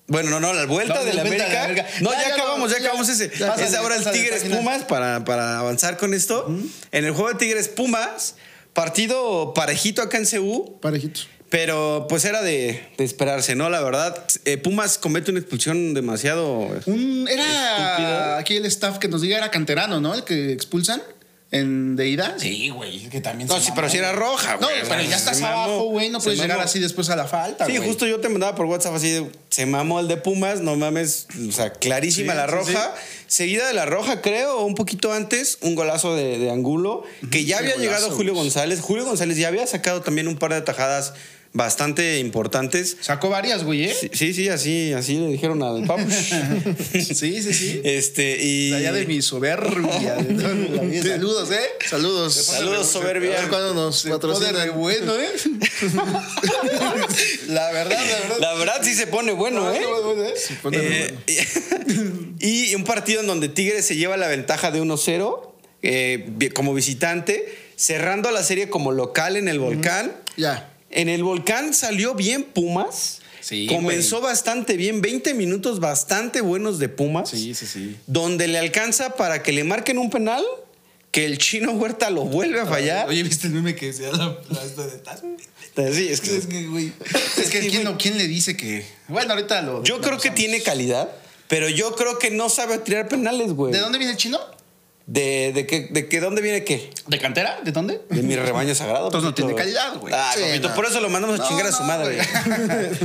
S2: Bueno, no, no, la vuelta
S3: No,
S2: de la
S3: la vuelta
S2: América.
S3: de la América.
S2: No,
S3: Ya,
S2: ya,
S3: ya
S2: acabamos,
S3: no,
S2: ya,
S3: ya.
S2: acabamos ese.
S3: Pásale,
S2: es ahora el
S3: pásale,
S2: Tigres
S3: página.
S2: Pumas para, para avanzar con esto. En el juego de Tigres Pumas, partido parejito acá en CU.
S1: Parejito.
S2: Pero pues era de, de esperarse, ¿no? La verdad, eh, Pumas comete una expulsión demasiado.
S3: Un, Mm, era
S2: Estúpido.
S3: aquí el staff que nos diga era canterano, ¿no? El que expulsan en, de ida. Sí, güey. Que también
S2: No, sí, pero si era roja,
S3: No,
S2: güey. o
S3: pero
S2: sea,
S3: ya
S2: se
S3: estás
S2: mamó,
S3: abajo, güey. No
S2: se
S3: puedes llegar
S2: mamó.
S3: así después a la falta,
S2: Sí,
S3: güey.
S2: justo yo te mandaba por WhatsApp así, de, se mamó el de Pumas, no mames, o sea, clarísima
S3: Sí,
S2: la
S3: sí,
S2: roja. Seguida de la roja, creo, o un poquito antes, un golazo de, de Angulo, que ya había
S3: golazo,
S2: llegado Julio González. Julio González ya había sacado también un par de tajadas bastante importantes.
S3: Sacó varias, güey, ¿eh?
S2: Sí, sí, sí, así, así le dijeron al Papu.
S3: Sí, sí, sí.
S2: este, y...
S3: De allá de mi soberbia. de toda la vida. Saludos, ¿eh?
S1: Saludos.
S2: Saludos,
S1: A
S2: soberbia.
S1: ver cuándo nos
S3: Se pone
S1: patrocinan.
S3: re bueno, ¿eh? la verdad, la verdad.
S2: La verdad sí se pone bueno, ¿eh?
S3: Se pone re
S2: Eh, y un partido en donde Tigres se lleva la ventaja de 1-0 eh, vi- como visitante, cerrando la serie como local en el Volcán.
S1: Ya.
S2: En el Volcán salió bien Pumas.
S3: Sí,
S2: Comenzó bastante bien, 20 minutos bastante buenos de Pumas.
S3: Sí, sí, sí.
S2: Donde le alcanza para que le marquen un penal, que el chino Huerta lo vuelve a fallar.
S3: Oye, ¿viste el meme que decía la plasta de tal?
S2: Sí, es que-
S3: Es que, güey. Es que, ¿quién, lo- quién le dice que.? Bueno, ahorita lo.
S2: yo creo que tiene calidad, pero yo creo que no sabe tirar penales, güey.
S3: ¿De dónde viene el chino?
S2: ¿De, de, qué- de qué- dónde viene qué?
S3: ¿De cantera? ¿De dónde?
S2: De mi rebaño sagrado.
S3: Entonces no
S2: papito.
S3: tiene calidad, güey.
S2: Ah,
S1: Sí,
S2: papito,
S1: no.
S2: por eso lo mandamos a
S3: No,
S2: chingar a su
S3: no,
S2: madre.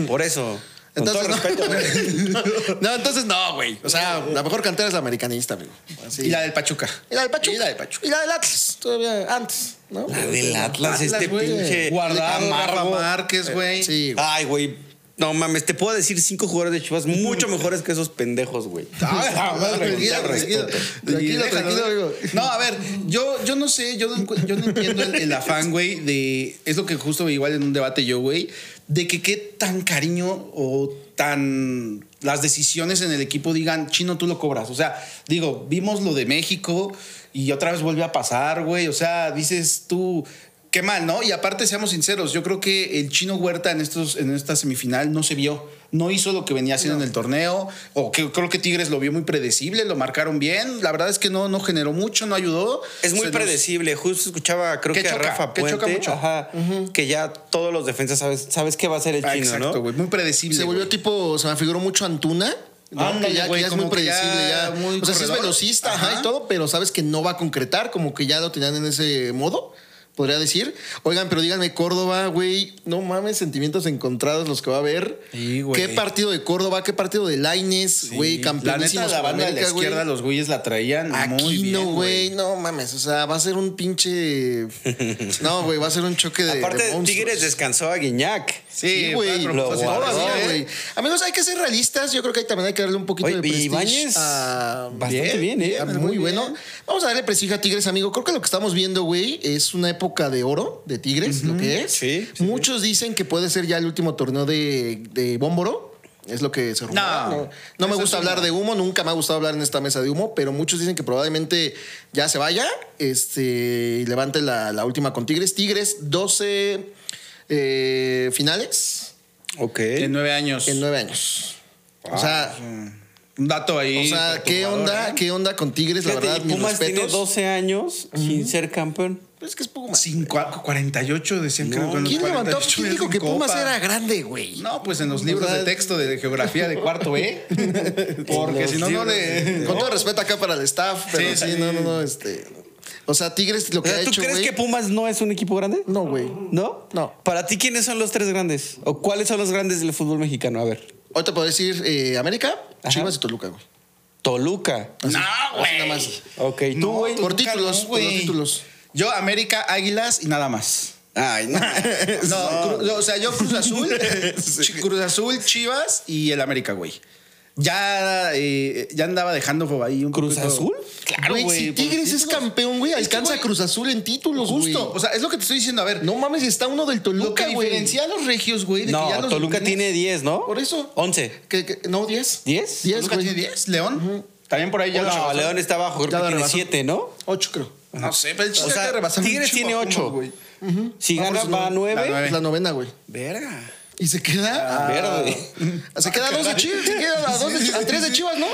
S2: Por eso. Con todo
S1: Entonces, no.
S2: respeto, güey.
S1: no, entonces no, güey. O sea, la mejor cantera es la americanista, amigo. Así.
S3: Y la del Pachuca.
S1: Y la del Pachuca.
S3: Y la del Pachuca.
S1: Y la del Atlas, todavía antes, ¿no?
S2: La del Atlas, este
S1: güey.
S2: pinche.
S3: Guardado,
S2: amargo.
S3: Rafa Márquez, güey.
S1: Sí, Eh, güey.
S2: Ay, güey. No mames, te puedo decir cinco jugadores de Chivas mucho mejores que esos pendejos, güey.
S3: Ah, madre,
S1: Tranquilo,
S3: ya,
S1: tranquilo.
S3: respeto.
S1: Tranquilo,
S3: Y
S1: tranquilo,
S3: déjalo,
S1: amigo.
S3: No, a ver, yo, yo no sé, yo no, encu- yo no entiendo el, el afán, güey, de. Es lo que justo igual en un debate yo, güey, de que qué tan cariño o tan. Las decisiones en el equipo digan, chino, tú lo cobras. O sea, digo, vimos lo de México y otra vez vuelve a pasar, güey. O sea, dices tú. Qué mal, ¿no? Y aparte, seamos sinceros, yo creo que el chino Huerta en, estos, en esta semifinal no se vio. No hizo lo que venía haciendo en el torneo. O que, creo que Tigres lo vio muy predecible, lo marcaron bien. La verdad es que no, no generó mucho, no ayudó.
S2: Es muy
S3: Se nos-
S2: predecible. Justo escuchaba, creo que,
S3: Que
S2: a
S3: choca,
S2: Rafa
S3: que
S2: Puente.
S3: choca mucho.
S2: ajá, que ya todos los defensas sabes, sabes qué va a hacer el
S3: Ah,
S2: chino,
S3: exacto,
S2: ¿no?
S3: güey. Muy predecible.
S1: Se volvió
S3: güey.
S1: tipo, se me figuró mucho Antuna. ¿no?
S3: Ándale,
S1: que ya, que
S3: güey,
S1: ya es
S3: como
S1: muy
S3: que ya
S1: predecible. Ya,
S3: muy
S1: o sea, sí es
S3: corredor.
S1: velocista ajá,
S3: Ajá.
S1: y todo, pero sabes que no va a concretar, como que ya lo tenían en ese modo, podría decir. Oigan, pero díganme, Córdoba, güey, no mames, sentimientos encontrados los que va a haber.
S3: Sí, güey.
S1: ¿Qué partido de Córdoba? ¿Qué partido de Laines? Güey,
S3: La neta,
S1: campeonísimos
S3: la
S1: con
S3: banda de la
S1: América, güey.
S3: izquierda, los güeyes la traían muy bien.
S1: Aquino, güey, no mames, o sea, va a ser un pinche. No, güey, va a ser un choque de.
S2: Aparte,
S1: de monstruos.
S2: Tigres descansó a Guiñac.
S1: Sí, güey.
S3: fue a
S2: lo
S3: propósito.
S2: guardó,
S1: Todavía,
S3: ¿eh?
S1: güey. Amigos, hay que ser realistas. Yo creo que ahí también hay que darle un poquito
S2: Oye,
S1: de prestigio.
S2: Ibáñez,
S1: a-
S2: bastante bien, ¿eh?
S1: a- Muy,
S2: Muy bien.
S1: bueno. Vamos a darle prestigio a Tigres, amigo. Creo que lo que estamos viendo, güey, es una época de oro de Tigres, lo que es.
S2: Sí, sí,
S1: Muchos dicen que puede ser ya el último torneo de, de Bómboro. Es lo que se rumora.
S3: No.
S1: No, no me
S3: Eso
S1: gusta
S3: es
S1: hablar
S3: humo.
S1: de humo, nunca me ha gustado hablar en esta mesa de humo, pero muchos dicen que probablemente ya se vaya. Este, y levante la, la última con Tigres. Tigres, 12 eh, finales.
S2: Ok.
S3: En nueve años.
S1: En nueve años. o
S3: Ah,
S1: sea,
S3: Un dato ahí. ¿eh?
S1: o sea, ¿qué onda? ¿Qué onda con Tigres? La
S2: ¿eh? Fíjate,
S1: verdad,
S2: y
S1: mis
S2: Pumas tiene
S1: respetos.
S2: 12 años sin ser campeón.
S1: Pero es que es Pumas.
S3: Cinco, 48 decían que eran
S1: ¿Quién levantó?
S3: 48
S1: ¿Quién dijo
S3: en
S1: que Pumas
S3: Copa.
S1: era grande, güey?
S3: No, pues en los libros
S1: sea-
S3: de texto de geografía de cuarto B. Porque
S2: los
S3: si no, no
S2: libros de-
S3: le.
S1: Con todo respeto acá para el staff, pero sí,
S3: Sí, sí.
S1: no, no, no, este. O sea, Tigres lo
S2: O
S1: que
S2: sea,
S1: ha
S2: ¿Tú
S1: hecho,
S2: crees
S1: güey.
S2: que Pumas no es un equipo grande?
S1: No, güey.
S2: ¿No?
S1: No.
S2: Para ti, ¿quiénes son los tres grandes? ¿O cuáles son los grandes del fútbol mexicano? A ver.
S1: Hoy te puedo decir eh, América,
S2: Ajá.
S1: Chivas y Toluca, güey.
S2: Toluca.
S1: No,
S3: Ah,
S1: güey. Nada más.
S2: Ok, tú,
S3: No,
S2: güey.
S1: Por
S3: Toluca
S1: títulos,
S3: no,
S1: por los
S3: güey.
S1: títulos.
S3: Yo, América, Águilas y nada más.
S2: Ay, no.
S3: No, Cru- no, o sea, yo Cruz Azul, Chi- Cruz Azul, Chivas y el América, güey. Ya, eh, ya andaba dejando por ahí un
S2: ¿Cruz
S3: poquito-
S2: Azul?
S1: Claro, güey. Si
S3: por los
S1: Tigres es
S3: títulos.
S1: campeón, güey,
S3: Es que,
S1: alcanza a
S3: güey,
S1: Cruz Azul en títulos, güey.
S3: Justo, o sea, es lo que te estoy diciendo. A ver,
S1: No mames, está uno del
S3: lo que
S1: Toluca, güey.
S3: diferencia a los regios, güey, de que ya
S2: No,
S3: los
S2: Toluca
S3: dominan-
S2: tiene 10, ¿no?
S1: Por eso.
S2: 11.
S1: Que- que- no, 10.
S2: ¿Diez?
S1: 10,
S3: Toluca tiene 10, León. También por ahí ya
S2: No,
S3: lo rebasó.
S2: León está abajo, creo
S1: Ya
S2: que
S1: la
S2: tiene
S1: rebasó.
S2: 7, ¿no?
S1: 8, creo.
S3: No sé, pero el
S2: O
S3: chiste
S2: sea,
S3: es que rebasaron
S2: Tigres
S3: mucho a
S2: tiene
S3: Pumas,
S2: ocho.
S3: güey.
S2: Si
S1: Ah, por
S2: gana
S1: eso
S2: va a
S1: no. La
S2: 9.
S1: nueve. Es la novena, güey.
S2: Verga.
S1: Y se queda. Ah.
S2: Verde.
S1: se queda a dos de Chivas. Se queda a, dos de Chivas- a tres de Chivas, ¿no?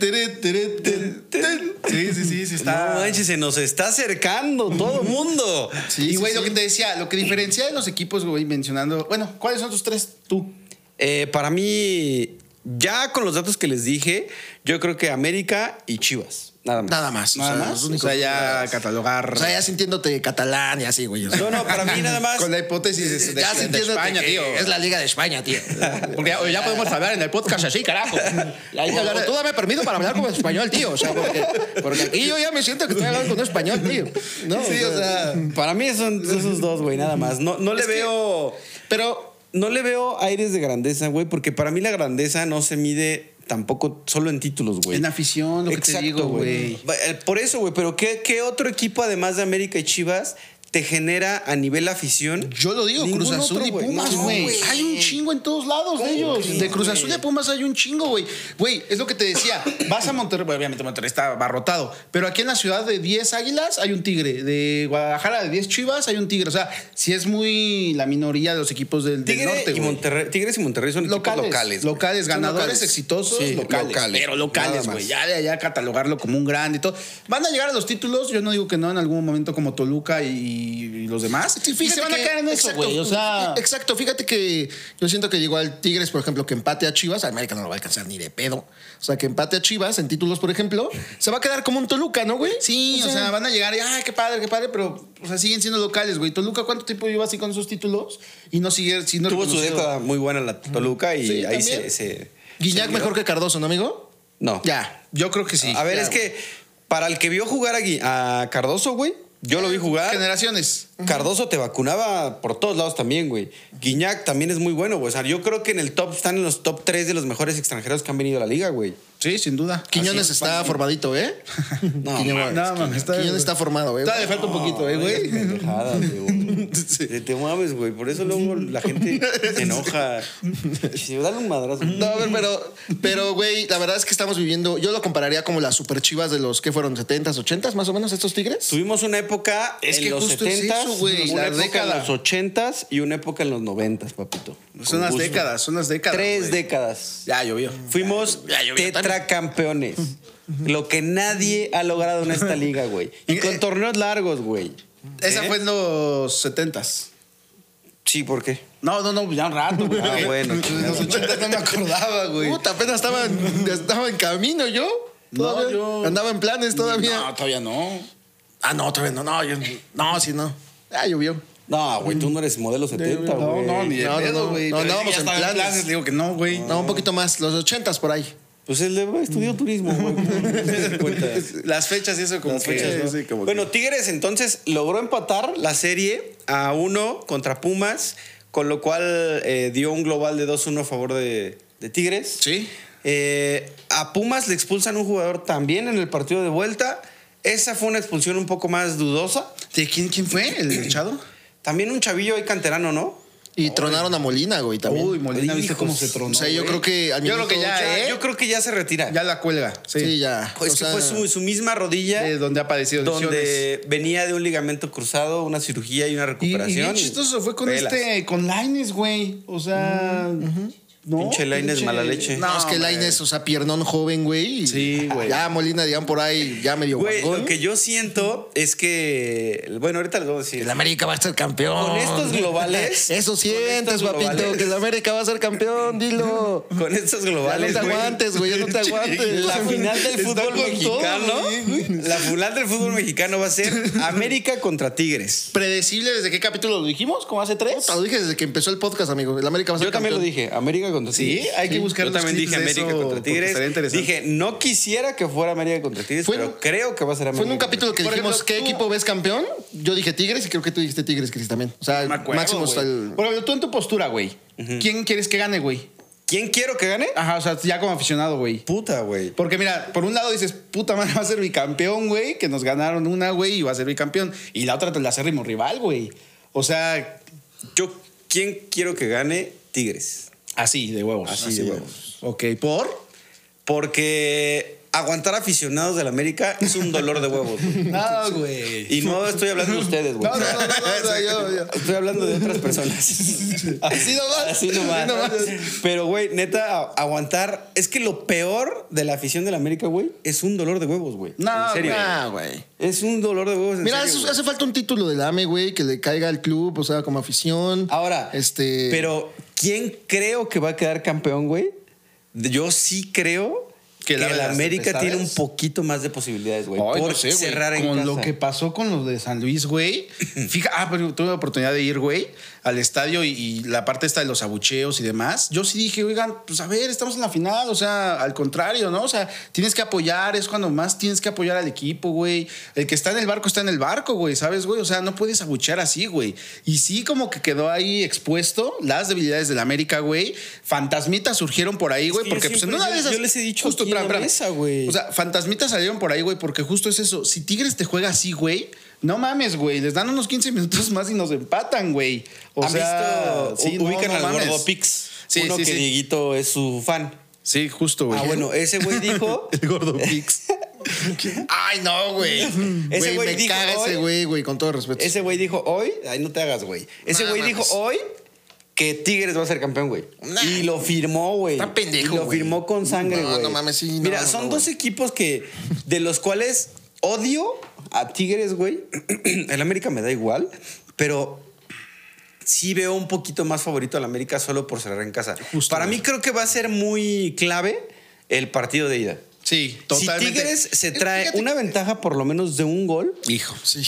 S3: Tere, tere, ten, ten. Sí, sí, sí, sí está.
S2: No manches, se nos está acercando todo el mundo.
S1: Sí,
S3: y güey,
S1: sí,
S3: lo
S1: sí.
S3: que te decía, lo que diferencia de los equipos, güey, mencionando, bueno, ¿cuáles son tus tres tú?
S2: Eh, para mí, ya con los datos que les dije, yo creo que América y Chivas. Nada más.
S1: Nada más.
S3: Nada
S1: o sea,
S3: más.
S1: los
S3: O
S1: únicos-
S3: sea, ya catalogar.
S1: O sea, ya sintiéndote catalán y así, güey. o sea.
S2: No, no, para mí nada más.
S3: con la hipótesis de, de-
S1: ya
S3: de
S1: sintiéndote
S3: España,
S1: que
S3: tío.
S1: Es la Liga de España, tío.
S3: Porque ya, ya podemos hablar en el podcast así, carajo.
S1: Ya hay que hablar- tú dame permiso para hablar como español, tío. O sea, porque, porque aquí yo ya me siento que estoy hablando con un español, tío. No,
S3: Sí, o sea.
S2: Para mí son esos dos, güey, nada más. No, no le veo. Pero no le veo aires de grandeza, güey, porque para mí la grandeza no se mide tampoco solo en títulos, güey.
S3: En afición, lo que te digo, güey.
S2: Va- eh, Por eso, güey, pero ¿qué, qué otro equipo, además de América y Chivas, te genera a nivel afición?
S3: Yo lo digo,
S2: Ningún
S3: Cruz Azul
S2: otro,
S3: y
S2: güey.
S3: Pumas,
S2: No,
S3: güey.
S2: güey.
S3: hay un chingo en todos lados de ellos.
S2: crees,
S3: De Cruz
S2: güey?
S3: Azul y de Pumas hay un chingo, güey. Güey, es lo que te decía. Vas a Monterrey, bueno, obviamente Monterrey está abarrotado, pero aquí en la ciudad de 10 Águilas hay un Tigre. De Guadalajara de 10 Chivas hay un Tigre. O sea, si es muy la minoría de los equipos del, del
S2: Tigre
S3: norte,
S2: y
S3: güey.
S2: Monterrey, Tigres y Monterrey son
S3: Locales,
S2: equipos
S3: locales,
S2: locales. güey.
S1: Son
S3: ganadores
S1: locales.
S3: exitosos,
S2: Sí,
S3: locales,
S2: locales,
S3: pero
S2: nada
S3: locales,
S2: más.
S3: güey, ya de allá catalogarlo como un grande y todo. Van a llegar a los títulos, yo no digo que no en algún momento como Toluca y, y los demás.
S1: Sí,
S3: y se van a
S1: que-
S3: caer en eso,
S1: exacto, eh,
S3: güey. O sea,
S1: exacto, fíjate que yo siento que igual Tigres, por ejemplo, que empate a Chivas, América no lo va a alcanzar ni de pedo. O sea, que empate a Chivas en títulos, por ejemplo, se va a quedar como un Toluca, ¿no, güey?
S3: sí, o sea, van a llegar y, ay, qué padre, qué padre, pero, o sea, siguen siendo locales, güey. Toluca, ¿cuánto tiempo lleva así con sus títulos? Y no sigue siendo
S2: Tuvo su
S3: reconocido?
S2: década muy buena la Toluca y
S3: Sí,
S2: ahí
S3: también.
S2: se. se
S1: Guiñac
S2: se
S1: mejor
S2: vio.
S1: que Cardoso, ¿no, amigo?
S2: No.
S3: Ya, yo creo que sí.
S2: A ver,
S3: Ya,
S2: es
S3: güey.
S2: que para el que vio jugar a, Gui- a Cardoso, güey, yo lo
S3: Ah,
S2: vi jugar.
S3: Generaciones.
S2: Cardoso te vacunaba por todos lados también, güey. Guiñac también es muy bueno, güey. O sea, yo creo que en el top están en los top 3 de los mejores extranjeros que han venido a la liga, güey.
S3: Sí, sin duda.
S1: Quiñones está formadito, ¿eh?
S2: No,
S1: Quiñones,
S3: mames, Quiñones.
S1: Quiñones está formado, ¿eh?
S3: Todavía le falta un poquito, ¿eh, güey?
S2: Pendejada, güey. Te, te mames, güey. Por eso luego la gente se enoja. Si dale un madrazo.
S1: No, a ver, pero, pero, güey, la verdad es que estamos viviendo. Yo lo compararía como las super chivas de los que fueron 70s, 80s, más o menos, estos tigres.
S2: Tuvimos una época
S3: Es
S2: en
S3: que
S2: los
S3: justo es
S2: 70s,
S3: eso, güey,
S2: una
S3: la
S2: época
S3: década.
S2: en los 80s y una época en los 90s, papito.
S3: Son las
S2: Con gusto.
S3: décadas, son las décadas.
S2: Tres
S3: güey.
S2: décadas.
S3: Ya llovió.
S2: Fuimos tetracampeones. Lo que nadie ha logrado en esta liga, güey. Y con torneos largos, güey.
S3: Esa
S2: ¿Eh?
S3: fue en los 70s.
S2: Sí, ¿por qué?
S3: No, no, no, ya un rato, güey.
S2: Ah, bueno,
S3: En los 80 no me acordaba, güey.
S1: Puta, apenas estaba en, estaba en camino yo.
S3: No,
S1: Todavía
S3: yo-
S1: Andaba en planes todavía.
S3: No, todavía no.
S1: Ah, no, todavía no. No, yo, no, sí, no. Ah, llovió.
S2: No, güey, tú no eres modelo 70,
S3: No,
S2: güey.
S3: no, ni de
S1: No, no,
S3: pedo,
S1: no.
S3: güey.
S1: No,
S3: Pero
S1: andábamos
S3: ya
S1: en
S3: estaba
S1: planes.
S3: Le digo que no, güey.
S1: No, un poquito más, los ochentas por ahí.
S2: Pues él de- estudió turismo, güey. ¿Cómo no se cuenta?
S3: Las fechas y eso como
S2: Las
S3: que...
S2: fechas, ¿no?
S3: sí, como que-
S2: bueno, Tigres entonces logró empatar la serie a uno contra Pumas, con lo cual eh, dio un global de 2-1 a favor de, de Tigres.
S3: Sí.
S2: Eh, a Pumas le expulsan un jugador también en el partido de vuelta. Esa fue una expulsión un poco más dudosa.
S3: ¿De quién, quién fue? ¿El echado?
S2: También un chavillo ahí canterano, ¿no?
S1: Y tronaron a Molina, güey, también.
S3: Uy, Molina, ¿viste
S2: Hijos.
S3: cómo se tronó?
S1: o sea, yo
S3: güey?
S1: creo que al
S3: Yo creo que
S1: minuto
S3: ya,
S1: ocho-
S3: ¿eh?
S2: Yo creo que ya se retira.
S3: Ya la cuelga. Sí,
S1: Sí, ya.
S2: es
S1: O
S2: que
S1: sea,
S2: fue su, su misma rodilla.
S3: De donde ha padecido lesiones.
S2: donde venía de un ligamento cruzado, una cirugía y una
S3: Y, y
S2: recuperación.
S3: bien chistoso fue con
S2: pelas.
S3: este, con Lines, güey. O sea, no.
S2: Pinche Lainez mala leche.
S1: No, es que
S3: hombre.
S1: Laines, o sea, piernón joven, güey. y
S3: Sí, güey.
S1: Ya Molina, digan por ahí, ya medio
S2: Güey,
S1: guangón.
S2: lo que yo siento es que. Bueno, ahorita les voy a decir.
S1: El América va a ser campeón.
S2: Con estos globales-
S1: Eso sientes,
S2: con estos
S1: papito,
S2: globales.
S1: que el América va a ser campeón, dilo.
S2: Con estos
S1: Ya no
S2: globales.
S1: te
S2: güey.
S1: aguantes, güey, ya no te aguantes.
S2: La final del
S3: Está
S2: fútbol
S3: con
S2: mexicano.
S3: todo, güey,
S2: la final del fútbol mexicano va a ser América contra Tigres.
S3: predecible desde qué capítulo lo dijimos, como hace tres.
S1: Puta, Lo dije desde que empezó el podcast, amigo. El América va a ser
S2: Yo también lo
S1: campeón.
S2: dije, América contra Tigres.
S3: Sí, hay que buscar
S2: Yo
S3: los
S2: también
S3: clips
S2: dije
S3: de
S2: América
S3: eso,
S2: contra
S3: porque
S2: Tigres.
S3: estaría interesante.
S2: Dije, no quisiera que fuera América contra Tigres,
S1: Fue en
S2: pero
S1: un-
S2: creo que va a ser América.
S1: Fue en un capítulo que
S3: Por
S1: dijimos,
S3: ejemplo,
S1: ¿qué
S3: tú-
S1: equipo ves campeón? Yo dije Tigres y creo que tú dijiste Tigres, Cris, también. O sea,
S3: No me acuerdo,
S1: máximo está
S3: güey.
S1: el...
S3: Por ejemplo, tú en tu postura, güey. ¿Quién quieres que gane, güey?
S2: ¿Quién quiero que gane?
S3: Ajá, o sea, ya como aficionado, güey.
S2: Ah, Puta, güey.
S3: Porque mira, por un lado dices, puta madre, va a ser bicampeón, güey, que nos ganaron una, güey, y va a ser bicampeón. Y la otra te la hacemos rival, güey. O sea,
S2: Yo, ¿quién quiero que gane? Tigres.
S3: así de huevos.
S2: Así de huevos.
S3: Ok, ¿por?
S2: Porque aguantar aficionados del América es un dolor de huevos. güey.
S3: No, güey.
S2: Y no estoy hablando de ustedes, güey.
S3: No, no, no, no, no, yo- yo-
S2: Estoy hablando de otras personas.
S3: Así nomás.
S2: Así nomás. Pero, güey, neta, a- aguantar. Es que lo peor de la afición del América, güey, es un dolor de huevos, güey.
S3: No,
S2: en serio.
S1: Ah, güey.
S2: Es un dolor de huevos. en
S1: Mira,
S2: serio,
S1: hace,
S2: güey.
S1: hace falta un título del AME, güey, que le caiga al club, o sea, como afición.
S2: Ahora,
S1: Este...
S2: Pero, ¿quién creo que va a quedar campeón, güey? Yo sí creo.
S3: Que
S2: Que
S3: la
S2: la,
S3: de las
S2: América
S3: tempestades.
S2: tiene un poquito más de posibilidades, güey.
S3: Ay,
S2: Por
S3: no sé, güey.
S2: cerrar en
S3: Con
S2: casa.
S3: lo que pasó con los de San Luis, güey. Fija, ah, pero tuve la oportunidad de ir, güey, al estadio y, y la parte esta de los abucheos y demás. Yo sí dije, oigan, pues a ver, estamos en la final, o sea, al contrario, ¿no? O sea, tienes que apoyar, es cuando más tienes que apoyar al equipo, güey. El que está en el barco está en el barco, güey, ¿sabes, güey? O sea, no puedes abuchear así, güey. Y sí, como que quedó ahí expuesto las debilidades del América, güey. Fantasmitas surgieron por ahí, güey,
S2: que yo
S3: porque pues en
S2: siempre-
S3: una de
S2: yo-
S3: esas.
S2: yo les he dicho
S3: Justo,
S2: aquí en
S3: espérame,
S2: la
S3: espérame.
S2: mesa, güey.
S3: O sea, fantasmitas salieron por ahí, güey, porque justo es eso. Si Tigres te juega así, güey, no mames, güey. Les dan unos 15 minutos más y nos empatan, güey. O
S2: ¿Han
S3: sea,
S2: visto? u-
S3: no,
S2: ubican
S3: no
S2: al
S3: mames.
S2: Gordo Pix.
S3: Sí,
S2: uno
S3: sí,
S2: que
S3: sí.
S2: Dieguito es su fan.
S3: Sí, justo, güey.
S2: Ah, bueno, ese güey dijo.
S3: El Gordo Pix.
S1: Ay, no, güey. Ese
S2: güey
S1: güey me
S2: dijo
S1: caga
S2: hoy-
S1: ese güey, güey, con todo respeto.
S2: Ese güey dijo hoy. Ay, no te hagas, güey. Ese
S1: No
S2: güey
S1: mames.
S2: dijo hoy que Tigres va a ser campeón, güey.
S1: Nah.
S2: Y lo firmó, güey.
S1: Está pendejo,
S2: Y lo
S1: güey.
S2: firmó con sangre,
S1: No,
S2: güey.
S1: no mames, sí, no,
S2: Mira,
S1: no,
S2: son
S1: no,
S2: dos equipos que. De los cuales odio A Tigres, güey, el América me da igual, pero sí veo un poquito más favorito al América solo por cerrar en casa.
S3: Justo,
S2: Para
S3: güey.
S2: mí creo que va a ser muy clave el partido de ida.
S3: Sí, totalmente.
S2: Si Tigres se
S3: Es-
S2: trae
S3: fíjate
S2: una
S3: que-
S2: ventaja por lo menos de un gol,
S3: Hijo.
S1: Sí.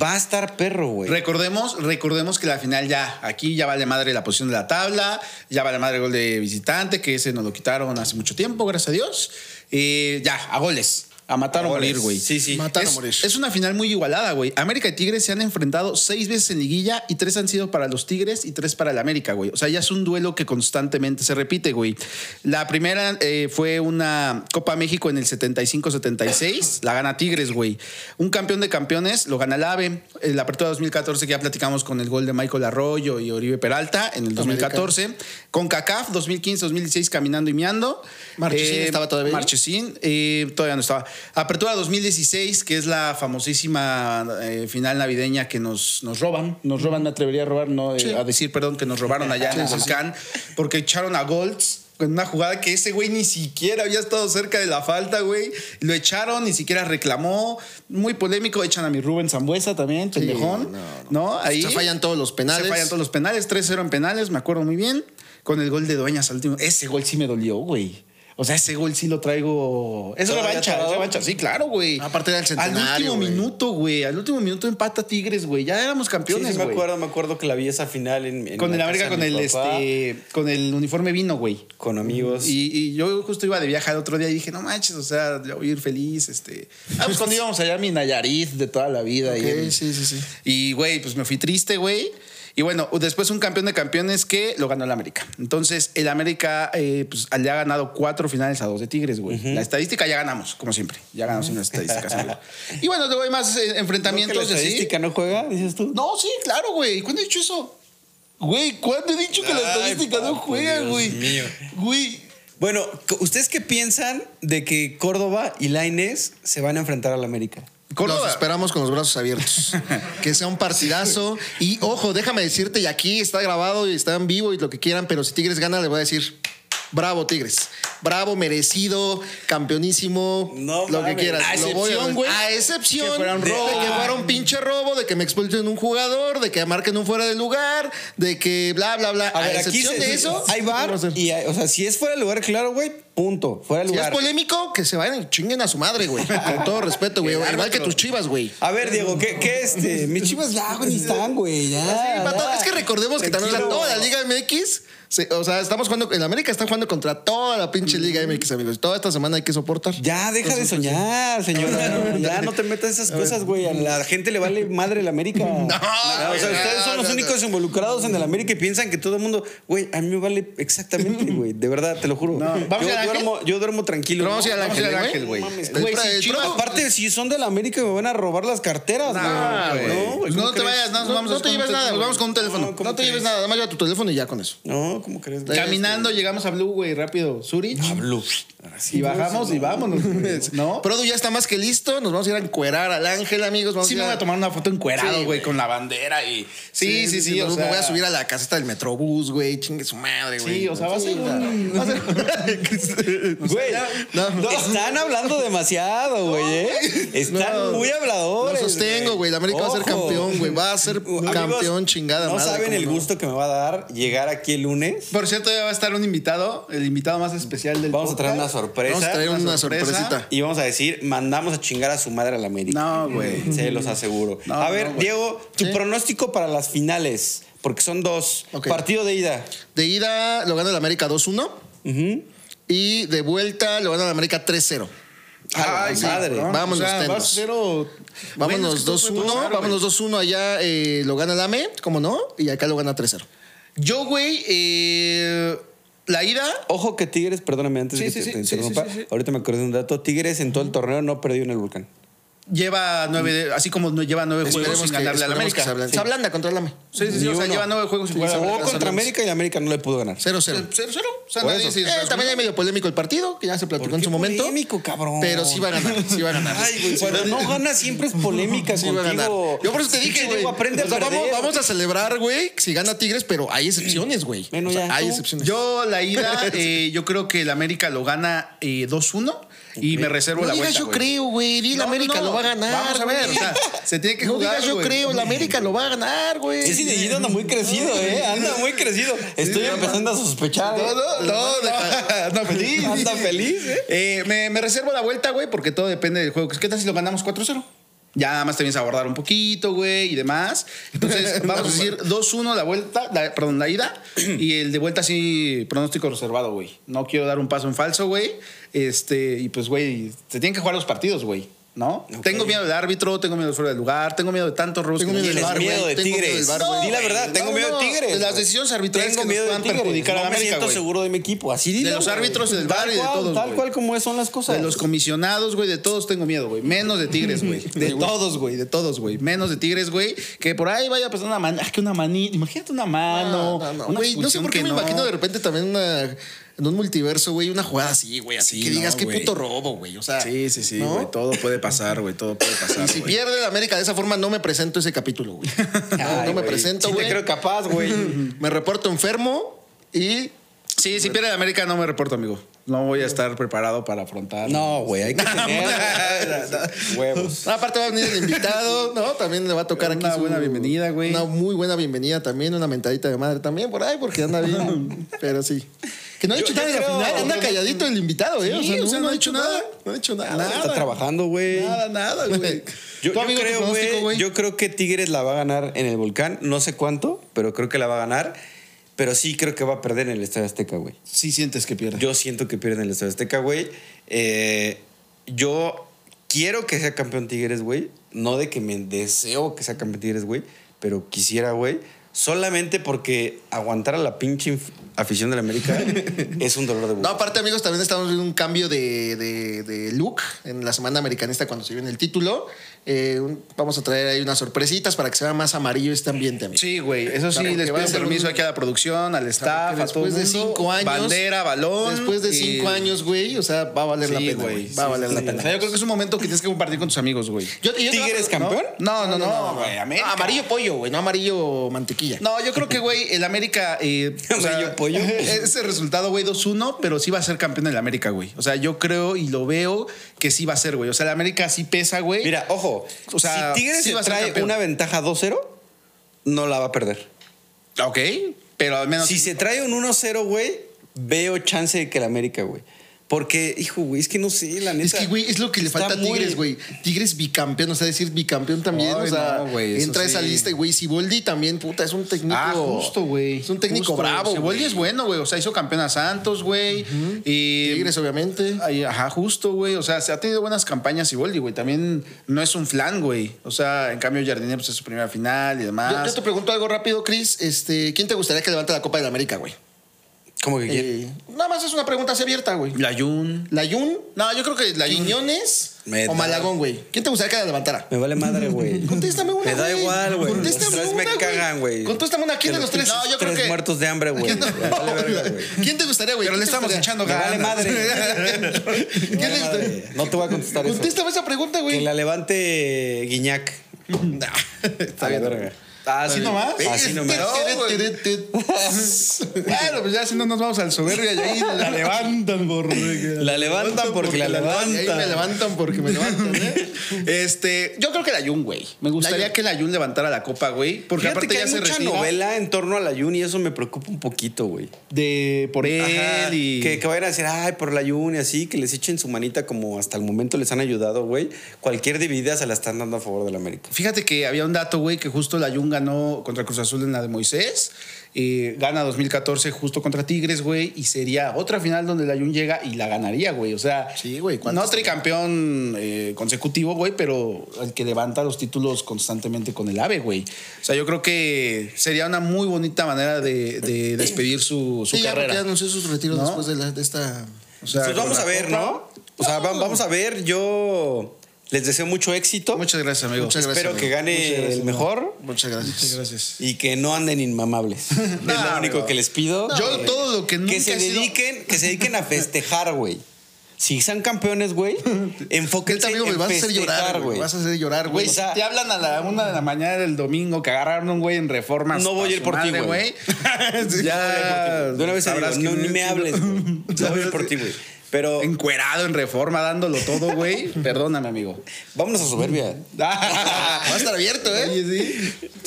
S2: va a estar perro, güey.
S3: Recordemos, recordemos que la final ya, aquí ya vale madre la posición de la tabla, ya vale madre el gol de visitante, que ese nos lo quitaron hace mucho tiempo, gracias a Dios. Eh, ya, a goles. A matar o
S2: Ahora,
S3: morir, güey.
S2: Sí, sí.
S1: Matar o
S3: es,
S1: morir.
S3: es una final muy igualada, güey. América y Tigres se han enfrentado seis veces en liguilla y tres han sido para los Tigres y tres para el América, güey. O sea, ya es un duelo que constantemente se repite, güey. La primera eh, fue una Copa México en el 75-76. La gana Tigres, güey. Un campeón de campeones lo gana el AVE. En la apertura 2014 que ya platicamos con el gol de Michael Arroyo y Oribe Peralta en el 2014. Con CACAF 2015-2016 caminando y miando.
S1: Marchesín estaba todavía ahí.
S3: Marchesín Eh, Marchesín, eh, todavía no estaba. Apertura 2016, que es la famosísima eh, final navideña que nos, nos roban. Nos roban, me atrevería a robar, no eh, a decir, perdón, que nos robaron allá en el volcán, porque echaron a Golds en una jugada que ese güey ni siquiera había estado cerca de la falta, güey. Lo echaron, ni siquiera reclamó. Muy polémico. Echan a mi Rubén Zambuesa también, pendejón.
S1: no,
S3: no,
S1: no.
S3: Ahí.
S1: Se fallan todos los penales.
S3: Se fallan todos los penales. 3-0 en penales, me acuerdo muy bien. Con el gol de Dueñas al último. Ese gol sí me dolió, güey. O sea, ese gol sí lo traigo. Es
S2: Todavía
S3: revancha,
S2: tragado.
S3: es revancha. Sí, claro, güey.
S1: Aparte era el
S3: Al
S1: centenario,
S3: último
S1: güey.
S3: minuto, güey. Al último minuto empata Tigres, güey. Ya éramos
S2: Sí,
S3: campeones,
S2: sí, me
S3: güey.
S2: acuerdo, me acuerdo que la vi esa final en, en
S3: Con el
S2: la
S3: América,
S2: casa
S3: con
S2: de
S3: el,
S2: mi papá,
S3: este, con el uniforme vino, güey.
S2: con amigos.
S3: Y, y yo justo iba de viaje al otro día y dije, no manches, o sea, yo voy a ir feliz. Este. Ah, pues cuando íbamos allá a mi Nayarit de toda la vida. y
S1: Ok,
S3: el-
S1: sí, sí, sí.
S3: Y, güey, pues me fui triste, güey. Y bueno, después un campeón de campeones que lo ganó el América. Entonces, el América eh, pues, le ha ganado cuatro finales a dos de Tigres, güey. La estadística ya ganamos, como siempre. Ya ganamos en las estadísticas. amigo. y bueno, luego hay más eh,
S2: ¿No que la
S3: enfrentamientos. y así.
S2: estadística no juega, dices tú?
S3: No, sí, claro, güey. ¿Cuándo he dicho eso? Güey, ¿cuándo he dicho que la
S2: Ay,
S3: estadística no
S2: papu,
S3: juega,
S2: Dios
S3: güey?
S2: mío.
S3: Güey.
S2: Bueno, ¿ustedes qué piensan de que Córdoba y Lainez se van a enfrentar al América?
S1: Los esperamos con los brazos abiertos. que sea un partidazo. Y ojo, déjame decirte, y aquí está grabado y está en vivo y lo que quieran, pero si Tigres gana, le voy a decir. Bravo, Tigres. Bravo, merecido, campeonísimo.
S2: No
S1: lo
S2: mames.
S1: que quieras.
S3: A
S1: Lo voy
S3: excepción, güey,
S1: A excepción
S3: que fuera un
S1: de
S3: robo.
S1: que fuera un pinche robo, de que me expulsen un jugador, de que marquen un fuera de lugar, de que bla, bla, bla. A, excepción
S2: se-
S1: de eso.
S2: hay bar
S1: vamos a hacer.
S2: y hay- o sea, si es fuera de lugar, claro, güey, punto, fuera de
S1: Si es
S2: lugar.
S1: polémico, que se vayan y chinguen a su madre, güey. Con todo respeto, güey. Igual que tus chivas, güey.
S2: a ver, Diego, ¿qué, qué este? Mis chivas ya, güey, ni están, güey, ya.
S1: Sí, pato,
S2: ya.
S1: es que recordemos que también la,
S2: Tranquilo.
S1: toda la Liga MX, se- o sea, estamos jugando, en América está jugando contra toda la
S3: Mm.
S1: pinche Liga MX, amigos. Toda esta semana hay que soportar.
S2: Ya, deja de soñar, señora. Pues, Ya no te metas esas cosas, güey. A la gente le vale madre el América. No, o sea,
S1: güey,
S2: ustedes son
S1: no,
S2: los
S1: no,
S2: únicos involucrados en el América y piensan que todo el mundo, güey, a mí me vale exactamente, güey. De verdad, te lo juro.
S3: ¿Vamos
S2: yo,
S3: al Ángel?
S2: duermo, yo duermo tranquilo.
S1: Pero vamos
S2: ¿no?
S1: a ir al
S3: Vamos al
S1: Ángel, güey.
S3: Ángel, güey.
S1: No mames,
S2: Güey,
S1: Espera,
S2: si
S1: el
S2: Chivas-
S1: trono-
S2: aparte, si son del América, me van a robar las carteras, güey.
S3: Ah, güey.
S2: No, güey,
S3: Pues No,
S2: ¿cómo
S3: te
S2: crees?
S3: vayas, nada,
S1: Eh,
S3: nos
S1: No,
S3: vamos
S1: no
S3: a-
S1: te lleves
S3: con-
S1: nada,
S3: nos vamos con un teléfono.
S2: No, ¿cómo
S1: No te lleves
S2: crees?
S1: nada, además lleva tu teléfono y ya con eso.
S2: No, ¿cómo crees?
S3: Este,
S2: güey?
S3: Caminando llegamos a Blue, güey, rápido. Zurich.
S2: Hablo.
S3: Y bajamos y vámonos. güey, ¿No?
S1: Produ ya está más que listo, nos vamos a ir a encuerar al Ángel, amigos. Vamos
S3: sí
S1: ir
S3: me voy a tomar una foto encuerado,
S1: Sí,
S3: güey, con la bandera y... Sí, sí, sí.
S1: me-
S3: o
S1: me
S3: sea,
S1: voy a subir a la caseta del Metrobús, güey. Chingue su madre, güey.
S3: Sí, o sea, va a ser un-
S1: Va a ser-
S2: Güey,
S1: No.
S2: no, están hablando demasiado, güey, ¿eh? Están
S1: No.
S2: muy
S1: Lo
S2: habladores.
S1: sostengo, güey. La América va a ser
S2: Ojo.
S1: campeón, güey. Va a ser
S2: Amigos,
S1: campeón, chingada
S2: No
S1: madre.
S2: saben
S1: ¿cómo
S2: el
S1: no?
S2: gusto que me va a dar llegar aquí el lunes.
S3: Por cierto, ya va a estar un invitado, el invitado más especial del
S2: Vamos a traer una
S3: podcast.
S2: sorpresa.
S1: Vamos a traer una,
S3: una sorpresa.
S1: sorpresita.
S2: Y vamos a decir, mandamos a chingar a su madre a la América. Mm.
S3: No, güey.
S2: Se los aseguro.
S3: No,
S2: a
S3: no,
S2: ver,
S3: güey.
S2: Diego, tu pronóstico para las finales, porque son dos.
S1: Ok.
S2: Partido de ida.
S1: De ida lo gana el América 2-1 y de vuelta lo gana el América 3-0.
S2: Ay, madre.
S3: ¿no?
S1: Vámonos,
S3: O sea, va a
S1: tenos.
S3: ser o- Bueno, es
S1: Vámonos
S3: que todo fue
S1: 2-1,
S3: muy raro,
S1: vámonos
S3: güey.
S1: 2-1 allá eh, lo gana el AME, como no, y acá lo gana 3-0.
S3: Yo, güey, eh, la ida
S2: Ojo que Tigres, perdóname antes
S3: Sí,
S2: de
S3: sí,
S2: que
S3: sí,
S2: te
S3: sí,
S2: interrumpa.
S3: sí, sí, sí.
S2: Ahorita me acordé de un dato. Tigres en todo el torneo no perdió en el volcán.
S3: lleva nueve, de- así como no lleva nueve juegos sin ganarle al
S1: esperemos
S3: América. Pues
S1: que se ablande.
S3: Sí.
S1: Se ablanda contra el AME.
S3: Sí, sí, sí,
S2: Ni
S3: o sea,
S2: uno.
S3: lleva nueve juegos sin
S2: Jugó
S3: ganarle al
S2: contra América y la América no le pudo ganar.
S1: 0-0.
S3: Cero, cero. O sea,
S2: Por
S3: nadie
S2: eso.
S3: se
S1: Eh, también es medio polémico el partido, que ya se platicó en
S2: qué
S1: su momento.
S2: polémico, cabrón?
S1: Pero sí va a ganar, sí va a ganar.
S2: Ay, güey, cuando no gana siempre es polémica
S1: Sí va
S2: contigo.
S1: a ganar. Yo por eso te
S2: Sí,
S1: dije,
S2: que
S1: güey.
S2: Diego aprende a
S1: o sea, vamos,
S2: perder.
S1: vamos a celebrar, güey, si gana Tigres, pero hay excepciones, güey.
S2: Bueno,
S1: O sea,
S2: ya,
S1: hay
S2: tú.
S1: excepciones.
S3: Yo la ida, eh, yo creo que el América lo gana eh, 2-1. Y me reservo
S1: No
S3: la
S1: digas
S3: vuelta.
S1: yo
S3: güey.
S1: creo, güey. Di,
S3: No,
S1: la América
S3: no,
S1: lo va a ganar.
S3: Vamos a ver. O
S1: güey.
S3: sea, se tiene que
S1: no
S3: jugar.
S1: digas yo
S3: güey.
S1: creo, la América lo va a ganar, güey.
S2: Ese Dieguito anda muy crecido, ¿eh? Anda muy crecido. Estoy empezando a sospechar. ¿eh?
S3: No, no, no, no, feliz.
S2: Anda feliz, ¿eh?
S3: Eh, me, me reservo la vuelta, güey, porque todo depende del juego. ¿Qué tal si lo ganamos 4-0? Ya nada más te vienes a abordar un poquito, güey, y demás. Entonces, vamos a decir 2-1 la vuelta, la- perdón, la ida. y el de vuelta sí, pronóstico reservado, güey. No quiero dar un paso en falso, güey. Este, y pues, güey, se tienen que jugar los partidos, güey. ¿No? Tengo miedo del árbitro, tengo miedo del fuera de lugar, tengo miedo de tantos robos.
S1: Tengo
S3: que-
S1: miedo del
S2: Tienes
S1: bar, güey.
S2: miedo de
S1: Tengo miedo del
S2: Tigres.
S1: bar, güey.
S2: Di la verdad, tengo
S1: No,
S2: miedo
S1: no,
S2: de Tigres.
S1: de las
S2: güey.
S1: decisiones arbitrales
S2: Tengo
S1: que nos
S2: miedo
S1: puedan
S2: de Tigres.
S1: perjudicar a
S2: no
S1: la América,
S2: me siento
S1: güey.
S2: seguro de mi equipo. Así dilo,
S3: los
S2: güey.
S3: árbitros, del VAR y de
S2: cual,
S3: todos,
S2: Tal
S3: güey.
S2: cual como son las cosas.
S3: De los comisionados, güey, de todos tengo miedo, güey. Menos de Tigres, güey. De todos, güey, de todos, güey. Menos de Tigres, güey. Que por ahí vaya a pasar una
S2: Ah,
S3: mano. que una manita. Imagínate una mano.
S1: No, no,
S3: una
S1: güey, no sé
S3: expulsión
S1: por qué
S3: que
S1: me
S3: no.
S1: imagino de repente también una, en un multiverso, güey, una jugada así, güey, así
S3: Sí,
S1: que digas
S3: no,
S1: qué
S3: güey.
S1: puto robo, güey, o sea.
S3: Sí, sí, sí,
S1: ¿no?
S3: güey. Todo puede pasar, güey. Todo puede pasar.
S1: Si
S3: güey.
S1: pierde la América de esa forma, no me presento ese capítulo, güey. No,
S2: Ay,
S1: no me
S2: güey.
S1: presento,
S2: Sí
S1: güey.
S2: te creo capaz, güey.
S1: me reporto enfermo y
S3: Sí, si pierde la América, no me reporto, amigo. No voy a estar preparado para afrontar.
S2: No, güey, hay que tener huevos.
S1: No, aparte va a venir el invitado, ¿no? También le va a tocar aquí
S3: Una buena bienvenida, güey.
S1: Una muy buena bienvenida también, una mentadita de madre también por ahí, porque anda bien. pero sí. Que no ha
S2: Yo-
S1: dicho
S2: yo
S1: nada en la
S2: creo-
S1: final, anda calladito el invitado, ¿eh?
S3: Sí, o sea, no ha dicho nada.
S1: No ha dicho nada.
S2: Está trabajando, güey.
S3: Nada, nada, güey.
S2: Yo,
S1: ¿Tú,
S2: yo
S1: amigo, tu
S2: creo,
S1: pronóstico,
S2: güey,
S1: güey?
S2: yo creo que Tigres la va a ganar en el volcán. No sé cuánto, pero creo que la va a ganar. Pero sí creo que va a perder en el Estadio Azteca, güey.
S3: Sí sientes que pierde.
S2: Yo siento que pierden el Estadio Azteca, güey. Eh, yo quiero que sea campeón Tigres, güey. No de que me deseo que sea campeón Tigres, güey. Pero quisiera, güey. Solamente porque aguantar a la pinche inf- afición de la América es un dolor de
S1: No,
S2: huevo.
S1: aparte, amigos, también estamos viendo un cambio de, de- de look en la semana americanista cuando se viene el título. Eh, un- vamos a traer ahí unas sorpresitas para que se vea más amarillo este ambiente, amigo.
S3: Sí, güey. Eso sí,
S1: Claro,
S3: les
S1: que va a
S3: pido
S1: ser
S3: permiso
S1: un-
S3: aquí a la producción, al staff,
S1: Porque
S3: a todo
S1: después de
S3: mundo.
S1: cinco años.
S3: Bandera, balón.
S1: Después de
S3: y-
S1: cinco años, güey, o sea, va a valer la
S3: Eh, Sí,
S1: pena, güey.
S3: güey.
S1: Va a
S3: Sí,
S1: valer
S3: sí,
S1: la
S3: sí.
S1: pena.
S3: O sea, yo creo que es un momento que tienes que compartir con tus amigos, güey.
S1: Yo- yo-
S2: ¿Tigres
S1: ¿no?
S2: campeón?
S3: No, no, no, güey. América.
S1: Amarillo pollo, güey, no amarillo mantequilla.
S3: No, yo creo que, güey, el América. eh, o sea,
S2: Amarillo pollo.
S3: Ese resultado, güey, 2-1, pero sí va a ser campeón el América, güey. O sea, yo creo y lo veo que sí va a ser, güey. O sea, el América sí pesa, güey.
S2: Mira, ojo.
S3: O sea,
S2: si Tigres
S3: sí
S2: se
S3: va a ser
S2: trae
S3: campeón.
S2: una ventaja 2-0, no la va a perder.
S3: Ok, pero al menos.
S2: Si se trae un 1-0, güey, veo chance de que el América, güey. Porque, hijo, güey, es que no sé, la neta.
S1: Es que, güey, es lo que le
S2: está
S1: falta a
S2: muy-
S1: Tigres, güey. Tigres bicampeón, o sea, decir bicampeón también,
S3: Ay,
S1: o sea,
S3: no, güey, eso
S1: entra a esa
S3: sí.
S1: lista, y, güey. Siboldi también, puta, es un técnico.
S3: Ah, justo, güey.
S1: Es un técnico
S3: Justo,
S1: bravo.
S3: Siboldi
S1: güey.
S3: es bueno, güey. O sea, hizo campeón a Santos, güey. Y.
S1: Tigres, obviamente.
S3: Ay, ajá, justo, güey. O sea, se ha tenido buenas campañas Siboldi, güey. También no es un flan, güey. O sea, en cambio, Jardine pues, es su primera final y demás.
S1: Yo, yo te pregunto algo rápido, Chris. Este, ¿Quién te gustaría que levante la Copa de la América, güey?
S2: Como que quiere.
S1: Eh, nada más es una pregunta así abierta, güey.
S3: La Jun.
S1: ¿Layun? No, yo creo que Layun. ¿Quiñones
S2: Me
S1: o
S2: da-
S1: Malagón, güey? ¿Quién te gustaría que la levantara?
S2: Me vale madre, güey.
S1: Contéstame una,
S2: Me da
S1: güey.
S2: igual, güey. Los
S1: Contéstame
S2: tres me
S1: una, güey.
S2: cagan, güey.
S1: Contéstame una, ¿quién de los tres?
S2: pinches
S1: No, yo creo
S2: tres
S1: que-
S2: muertos de hambre, güey.
S1: ¿Quién,
S2: Me vale verga, güey.
S1: ¿Quién te gustaría, güey?
S3: Pero le
S1: ¿Quién
S3: estamos
S1: te gustaría?
S3: echando
S2: Me vale
S3: ganas.
S2: madre.
S1: ¿Quién te gustaría?
S2: No te voy a contestar eso.
S1: Contéstame esa pregunta,
S2: Que
S1: güey.
S2: la levante Guiñac.
S1: Está
S2: A la verga.
S3: Así nomás.
S2: Así nomás.
S3: Claro, pues ya si no nos vamos al soberbio y ahí la levantan por.
S2: La levantan porque la
S1: Y ahí me
S2: levantan.
S1: levantan porque me levantan, ¿eh?
S3: Este, yo creo que la Jun, güey. Me gustaría
S1: La Jun.
S3: que la Jun levantara la copa, güey. Porque
S2: Fíjate
S3: aparte
S2: que
S3: ya
S2: hay
S3: se
S2: mucha
S3: retira
S2: novela en torno a la Juni y eso me preocupa un poquito, güey.
S3: de por él
S2: Ajá,
S3: y.
S2: que, que vayan a decir, ay, por la Juni, así, que les echen su manita como hasta el momento les han ayudado, güey. Cualquier dividida se la están dando a favor del América.
S3: Fíjate que había un dato, güey, que justo la Jun ganó contra Cruz Azul en la de Moisés. eh, gana 2014 justo contra Tigres, güey. Y sería otra final donde la Jun llega y la ganaría, güey. O sea,
S1: Sí, güey, ¿cuántos?
S3: no tricampeón eh, consecutivo, güey, pero el que levanta los títulos constantemente con el AVE, güey. O sea, yo creo que sería una muy bonita manera de, de despedir su, su
S1: Sí, ya porque
S3: carrera.
S1: anunció sus retiros
S3: ¿No?
S1: después de, la- de esta.
S3: O sea,
S2: Pues vamos
S3: Ah, con
S2: a
S3: la
S2: ver,
S3: copa.
S2: ¿no? O sea, va- vamos a ver. Yo les deseo mucho éxito.
S3: Muchas gracias, amigo.
S1: Muchas gracias,
S2: Espero que
S1: amigo.
S2: gane
S3: Muchas gracias,
S2: el mejor
S1: Muchas gracias.
S3: Muchas gracias.
S2: y que no anden inmamables. es lo
S3: No,
S2: único
S3: amigo.
S2: que les pido.
S3: Yo todo lo que nunca
S2: que se
S3: he sido-
S2: dediquen, que se dediquen a festejar, güey. Si son campeones, güey, enfóquense
S1: Neta, amigo, me
S2: en
S1: vas a hacer llorar,
S2: festejar,
S1: güey.
S2: güey.
S1: Me Vas a hacer llorar, güey.
S2: Güey, sa-
S3: Te hablan a la una de la mañana del domingo que agarraron un güey en reformas.
S2: No voy a ir por ti, güey.
S3: ya.
S2: De una vez te digo,
S3: sabrás
S2: no,
S3: que
S2: ni
S3: es-
S2: me hables, güey. No voy a ir por ti, güey. Pero
S3: Encuerado en reforma, dándolo todo, güey. Perdóname, amigo.
S2: vámonos a soberbia.
S1: Va a estar abierto, ¿eh?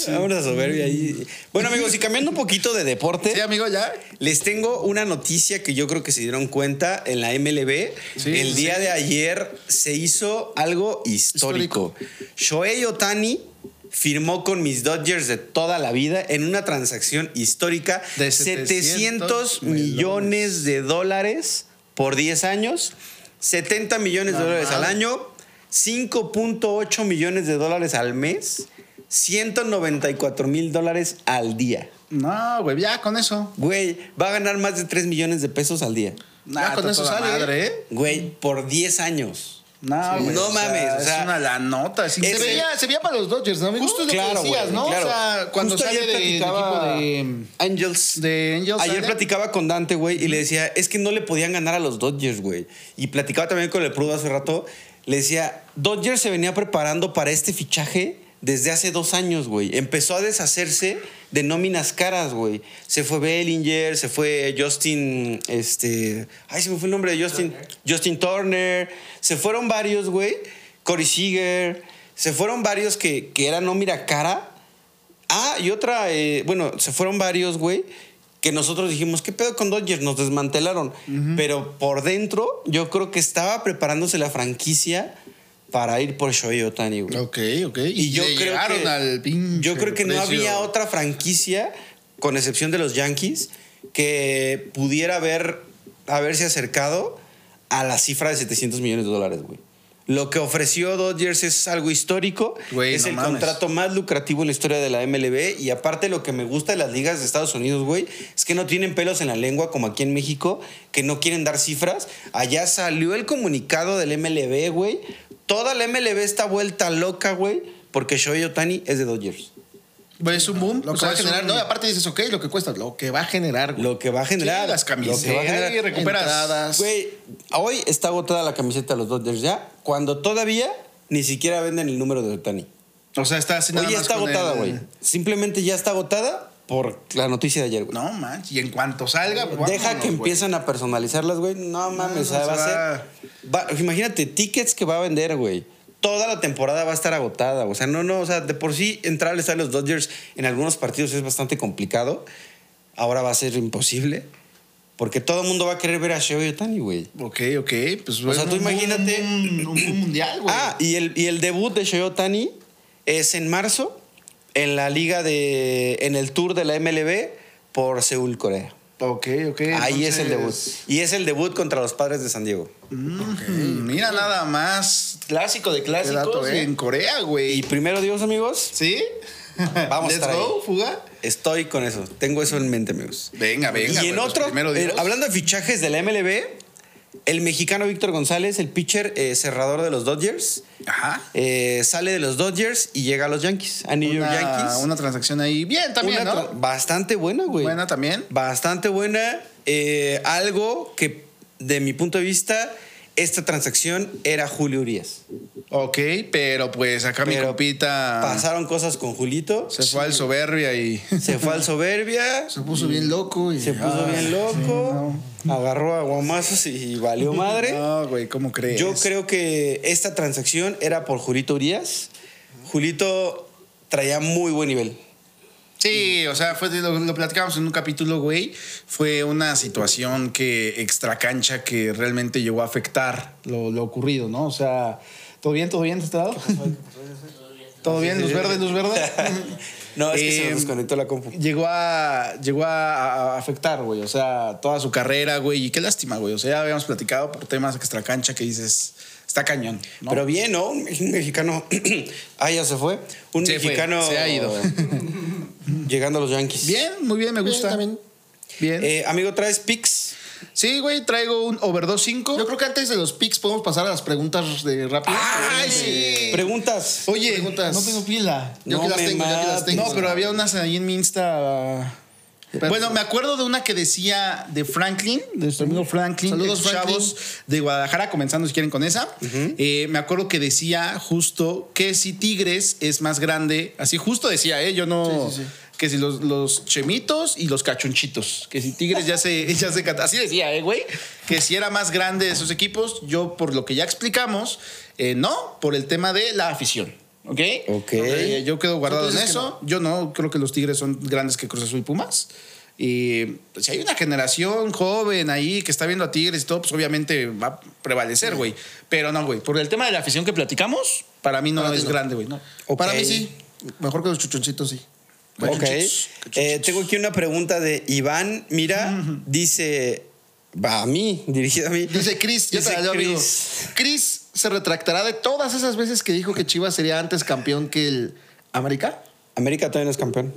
S2: Vámonos a soberbia. ahí. Bueno, amigos, y cambiando un poquito de deporte.
S3: Sí, amigo, ya.
S2: Les tengo una noticia que yo creo que se dieron cuenta en la MLB.
S3: Sí,
S2: el día
S3: sí.
S2: de ayer se hizo algo histórico. Shohei Otani firmó con mis Dodgers de toda la vida en una transacción histórica
S3: De
S2: de 700
S3: 700
S2: millones de dólares por 10 años, 70 millones de dólares al
S3: madre.
S2: año, 5.8 millones de dólares al mes, 194 mil dólares al día.
S3: No, güey, ya con eso.
S2: Güey, va a ganar más de 3 millones de pesos al día.
S3: Nah,
S1: Ya con
S3: está
S1: eso
S3: toda
S1: sale.
S3: madre, ¿eh?
S2: Güey, por 10 años.
S3: No,
S2: Sí.
S3: güey,
S2: No mames, o sea,
S3: es una la nota. sí,
S2: es- pues,
S1: Se veía, Ah, se veía para los Dodgers, ¿no? amigo?
S2: Justo es lo que Claro, decías, güey, ¿no?
S1: ¿no?
S2: O claro.
S1: O
S2: sea,
S1: sea,
S3: cuando
S2: Justo
S3: sale
S2: ayer
S3: del
S2: platicaba-
S3: equipo
S2: Angels.
S3: de, de Angels.
S2: Ayer
S3: sale.
S2: platicaba con Dante, güey, y le decía, es que no le podían ganar a los Dodgers, güey. Y platicaba también con el Prudo hace rato. Le decía, Dodgers se venía preparando para este fichaje desde hace dos años, güey. Empezó a deshacerse de nóminas caras, güey. Se fue Bellinger, se fue Justin, este... Ay, se me fue el nombre de Justin. Justin Turner. Se fueron varios, güey. Corey Seager. Se fueron varios que, que eran nómina cara. Ah, y otra, eh, bueno, se fueron varios, güey, que nosotros dijimos, ¿qué pedo con Dodgers? Nos desmantelaron. Pero por dentro, yo creo que estaba preparándose la franquicia para ir por Shohei Otani, güey.
S3: Ok, ok.
S2: Y, yo
S3: le
S2: creo
S3: llegaron
S2: que,
S3: al pinche
S2: yo creo que no
S3: precio.
S2: había otra franquicia, con excepción de los Yankees, que pudiera haber, haberse acercado a la cifra de 700 millones de dólares, güey. Lo que ofreció Dodgers es algo histórico.
S3: Güey,
S2: es
S3: no
S2: el
S3: mames.
S2: contrato más lucrativo en la historia de la MLB. Y aparte, lo que me gusta de las ligas de Estados Unidos, güey, es que no tienen pelos en la lengua como aquí en México, que no quieren dar cifras. Allá salió el comunicado del MLB, güey. Toda la MLB está vuelta loca, güey, porque Shohei Otani es de Dodgers.
S3: Pero es un boom.
S1: Lo
S3: o
S1: que
S3: sea,
S1: va a
S3: es
S1: generar,
S3: un-
S1: ¿no? Y aparte dices, ok, lo que cuesta, lo que va a generar, güey.
S2: Lo que va a generar.
S3: Sí, las camisetas,
S2: lo que va a generar.
S3: y recuperas.
S1: Entradas.
S2: Güey, hoy está agotada la camiseta de los Dodgers ya, cuando todavía ni siquiera venden el número de Otani.
S3: O sea, está así nada
S2: Hoy ya
S3: más
S2: está
S3: con
S2: agotada,
S3: el-
S2: güey. Simplemente ya está agotada por la noticia de ayer, güey.
S3: No, man. Y en cuanto salga, pues,
S2: Deja
S3: vámonos,
S2: que
S3: güey.
S2: empiezan a personalizarlas, güey. No mames,
S3: no,
S2: o sea, va
S3: se
S2: a ser. va- imagínate, tickets que va a vender, güey. Toda la temporada va a estar agotada. O sea, no, no, o sea, de por sí entrar al estadio de los Dodgers en algunos partidos es bastante complicado. Ahora va a ser imposible. Porque todo el mundo va a querer ver a Shohei Otani, güey.
S3: Ok, ok. Pues, mm, o
S2: sea, tú imagínate-
S3: Un, un boom mundial, güey.
S2: Ah, y el, y el debut de Shohei Otani es en marzo en la liga de. en el tour de la MLB por Seúl, Corea.
S3: Ok, ok.
S2: Ahí es el debut.
S3: entonces-
S2: Y es el debut contra los padres de San Diego.
S3: Mm, Mira nada más.
S2: Clásico de
S3: Qué dato, ¿eh? En Corea,
S2: Y
S3: güey.
S2: primero Dios, amigos,
S3: ¿Sí?
S2: Vamos a
S3: Let's
S2: estar
S3: go,
S2: ahí.
S3: fuga.
S2: estoy con eso. Tengo eso en mente, amigos.
S3: Venga, venga.
S2: y
S3: güey,
S2: en
S3: pues,
S2: otro,
S3: primero
S2: eh,
S3: Dios.
S2: hablando de fichajes de la MLB, el mexicano Víctor González, el pitcher eh, cerrador de los Dodgers,
S3: Ajá.
S2: eh, sale de los Dodgers y llega a los Yankees, a New York
S3: Una,
S2: Yankees.
S3: Ah, una transacción ahí. Bien, también,
S2: Una tra-
S3: ¿no?
S2: Bastante buena, güey.
S3: Buena también.
S2: Bastante buena. Eh, algo que, de mi punto de vista, esta transacción era Julio Urias.
S3: Ok, pero pues acá mi
S2: Pero
S3: compita
S2: Pasaron cosas con Julito.
S3: se fue al soberbia y.
S2: Se fue al soberbia.
S1: Se puso bien loco y...
S2: Se puso bien loco. Agarró a guamazos y valió madre.
S3: No, güey, ¿cómo crees?
S2: Yo creo que esta transacción era por Julito Urias. Julito traía muy buen nivel.
S3: Sí, o sea, fue de lo, lo platicábamos en un capítulo, güey. Fue una situación que extracancha que realmente llegó a afectar lo, lo ocurrido, ¿no? O sea, ¿todo bien? ¿Todo bien de este lado? ¿Todo bien? ¿Luz verde? ¿Luz verde?
S2: No, es que se
S3: Eh,
S2: nos desconectó la compu.
S3: llegó a llegó a, a afectar, güey. O sea, toda su carrera, güey. Y qué lástima, güey. O sea, ya habíamos platicado por temas extracancha que dices, está cañón. ¿no?
S2: Pero bien, ¿no? Un un mexicano. ah, ya se fue. Un
S3: Se fue,
S2: mexicano.
S3: se ha ido.
S2: llegando a los Yankees.
S3: bien, muy bien, me
S1: Bien,
S3: gusta.
S1: también.
S3: Bien.
S2: Eh, amigo, traes picks.
S3: sí, güey, traigo un overdose 5.
S1: Yo creo que antes de los picks podemos pasar a las preguntas de rápido.
S3: Ay,
S1: Eh,
S3: sí.
S2: Preguntas.
S3: Oye,
S1: preguntas.
S3: no tengo pila.
S1: Yo
S2: No
S1: que las
S2: me
S1: tengo, yo que las
S2: mates.
S1: tengo.
S3: No, pero había unas ahí en mi Insta. Bueno, me acuerdo de una que decía de Franklin, de nuestro amigo Franklin,
S1: Saludos,
S3: ex chavos
S1: Franklin.
S3: de Guadalajara, comenzando si quieren con esa. Eh, me acuerdo que decía justo que si Tigres es más grande, así justo decía, ¿eh? yo no, que si los, los chemitos y los cachonchitos, que si Tigres ya se, ya se cata- Así decía, eh, güey, que si era más grande de esos equipos, yo por lo que ya explicamos, eh, no, por el tema de la afición. ¿Ok?
S2: Ok.
S3: Eh, yo quedo guardado en
S1: Entonces, ¿qué
S3: eso. Yo no, creo que los Tigres son grandes que Cruz Azul y Pumas. Y pues, si hay una generación joven ahí que está viendo a Tigres y todo, pues obviamente va a prevalecer, güey. Pero no, güey. Por el tema de la afición que platicamos, para mí no
S1: Para ti
S3: es
S1: no.
S3: grande, güey. No.
S2: Ok.
S1: Para mí sí. Mejor que los chuchoncitos, sí.
S2: Ok. Eh, tengo aquí una pregunta de Iván. Mira, dice. Va a mí, dirigida a mí.
S1: Dice Chris, ya
S2: Dice
S1: te la leo, amigo.
S2: Chris.
S1: Chris se retractará de todas esas veces que dijo que Chivas sería antes campeón que el América.
S2: América todavía no es campeón.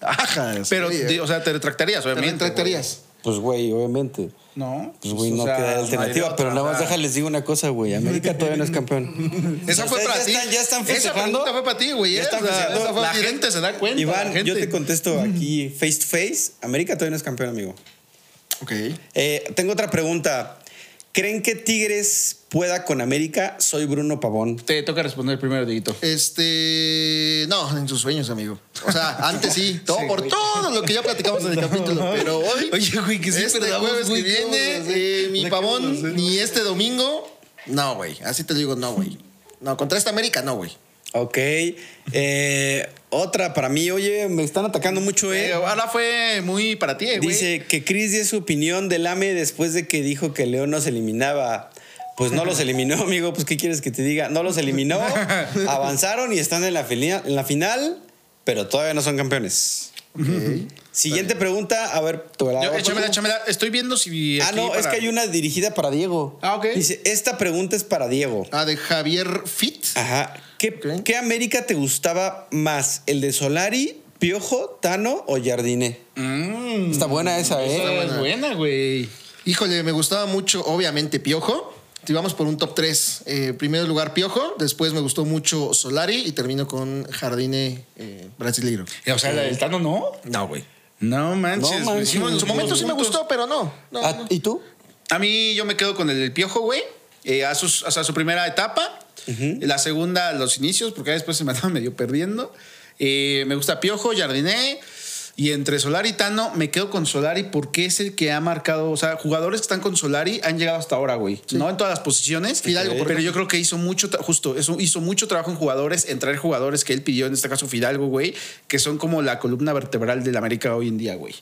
S1: Ajá.
S3: Pero,
S1: sí,
S3: di- o sea, te retractarías,
S1: te
S3: obviamente.
S1: retractarías.
S2: Pues, güey, obviamente.
S3: güey. No.
S2: Pues, güey,
S3: o
S2: no
S3: sea,
S2: queda alternativa.
S3: hay otra,
S2: pero nada
S3: o
S2: más
S3: sea.
S2: déjales digo una cosa, güey. América todavía no es campeón.
S3: Esa fue
S2: Ustedes
S3: para ti.
S2: ya están- ya están
S3: Esa
S2: festejando.
S3: pregunta fue para ti, güey.
S2: Ya
S3: eh,
S2: están
S3: o sea,
S2: festejando.
S3: esa fue
S2: La
S3: La gente se da cuenta. la
S2: Iván,
S3: gente.
S2: yo te contesto aquí face to face. América todavía no es campeón, amigo.
S1: Ok.
S2: Eh, tengo otra pregunta. ¿Creen que Tigres pueda con América? Soy Bruno Pavón.
S3: Te toca responder primero, Dieguito.
S1: Este. No, en sus sueños, amigo. O sea, antes sí. Todo,
S3: Sí,
S1: por
S3: güey.
S1: todo lo que ya platicamos en el capítulo. Pero hoy.
S3: Oye, güey, que sí
S1: Este
S3: perdamos,
S1: jueves
S3: güey,
S1: que
S3: ¿qué vamos a
S1: viene,
S3: hacer?
S1: eh, mi
S3: ¿Qué vamos a
S1: pavón,
S3: hacer?
S1: ni este domingo. No, güey. Así te lo digo, no, güey. No, contra esta América, no, güey.
S2: Ok. Eh, otra para mí. Oye, me están atacando mucho,
S3: Eh,
S2: eh.
S3: ahora fue muy para ti, eh, güey.
S2: Dice que Chris dio su opinión del AME después de que dijo que León nos eliminaba. Pues no los eliminó, amigo. Pues, ¿qué quieres que te diga? No los eliminó. Avanzaron y están en la, filia- en la final, pero todavía no son campeones. Siguiente pregunta. A ver, tú la
S3: Yo,
S2: hago,
S3: échamela,
S2: Paco.
S3: échamela. Estoy viendo si.
S2: Ah,
S3: aquí
S2: no, es
S3: para-
S2: que hay una dirigida para Diego.
S3: Ah, ok.
S2: Dice, esta pregunta es para Diego.
S1: Ah, de Javier Fit.
S2: Ajá. ¿Qué,
S1: Ok.
S2: qué América te gustaba más? ¿El de Solari, Piojo, Tano o Jardine?
S3: Mm,
S2: Está buena esa, ¿eh?
S3: esa es buena, güey.
S1: Híjole, me gustaba mucho, obviamente, Piojo. Si vamos por un top 3, primer lugar Piojo, después me gustó mucho Solari y termino con Jardine eh, Brasileiro.
S3: Eh, O sea, la del Tano no.
S1: No, güey.
S3: No
S2: No
S3: manches. güey.
S2: manches.
S3: Sí,
S1: En su momento sí me gustó, pero no. no,
S2: Ah,
S1: no.
S2: ¿Y tú?
S3: A mí yo me quedo con el, del piojo, güey. Eh, a sus, o sea, su primera etapa. La segunda, los inicios, porque ya después se me andaba medio perdiendo. Eh, me gusta Piojo, Jardiné. Y entre Solari y Tano, me quedo con Solari porque es el que ha marcado. O sea, jugadores que están con Solari han llegado hasta ahora, güey. No en todas las posiciones.
S1: Fidalgo, por
S3: pero yo creo que hizo mucho, tra- justo, eso, hizo mucho trabajo en jugadores, en traer jugadores que él pidió, en este caso Fidalgo, güey, que son como la columna vertebral del América hoy en día, güey.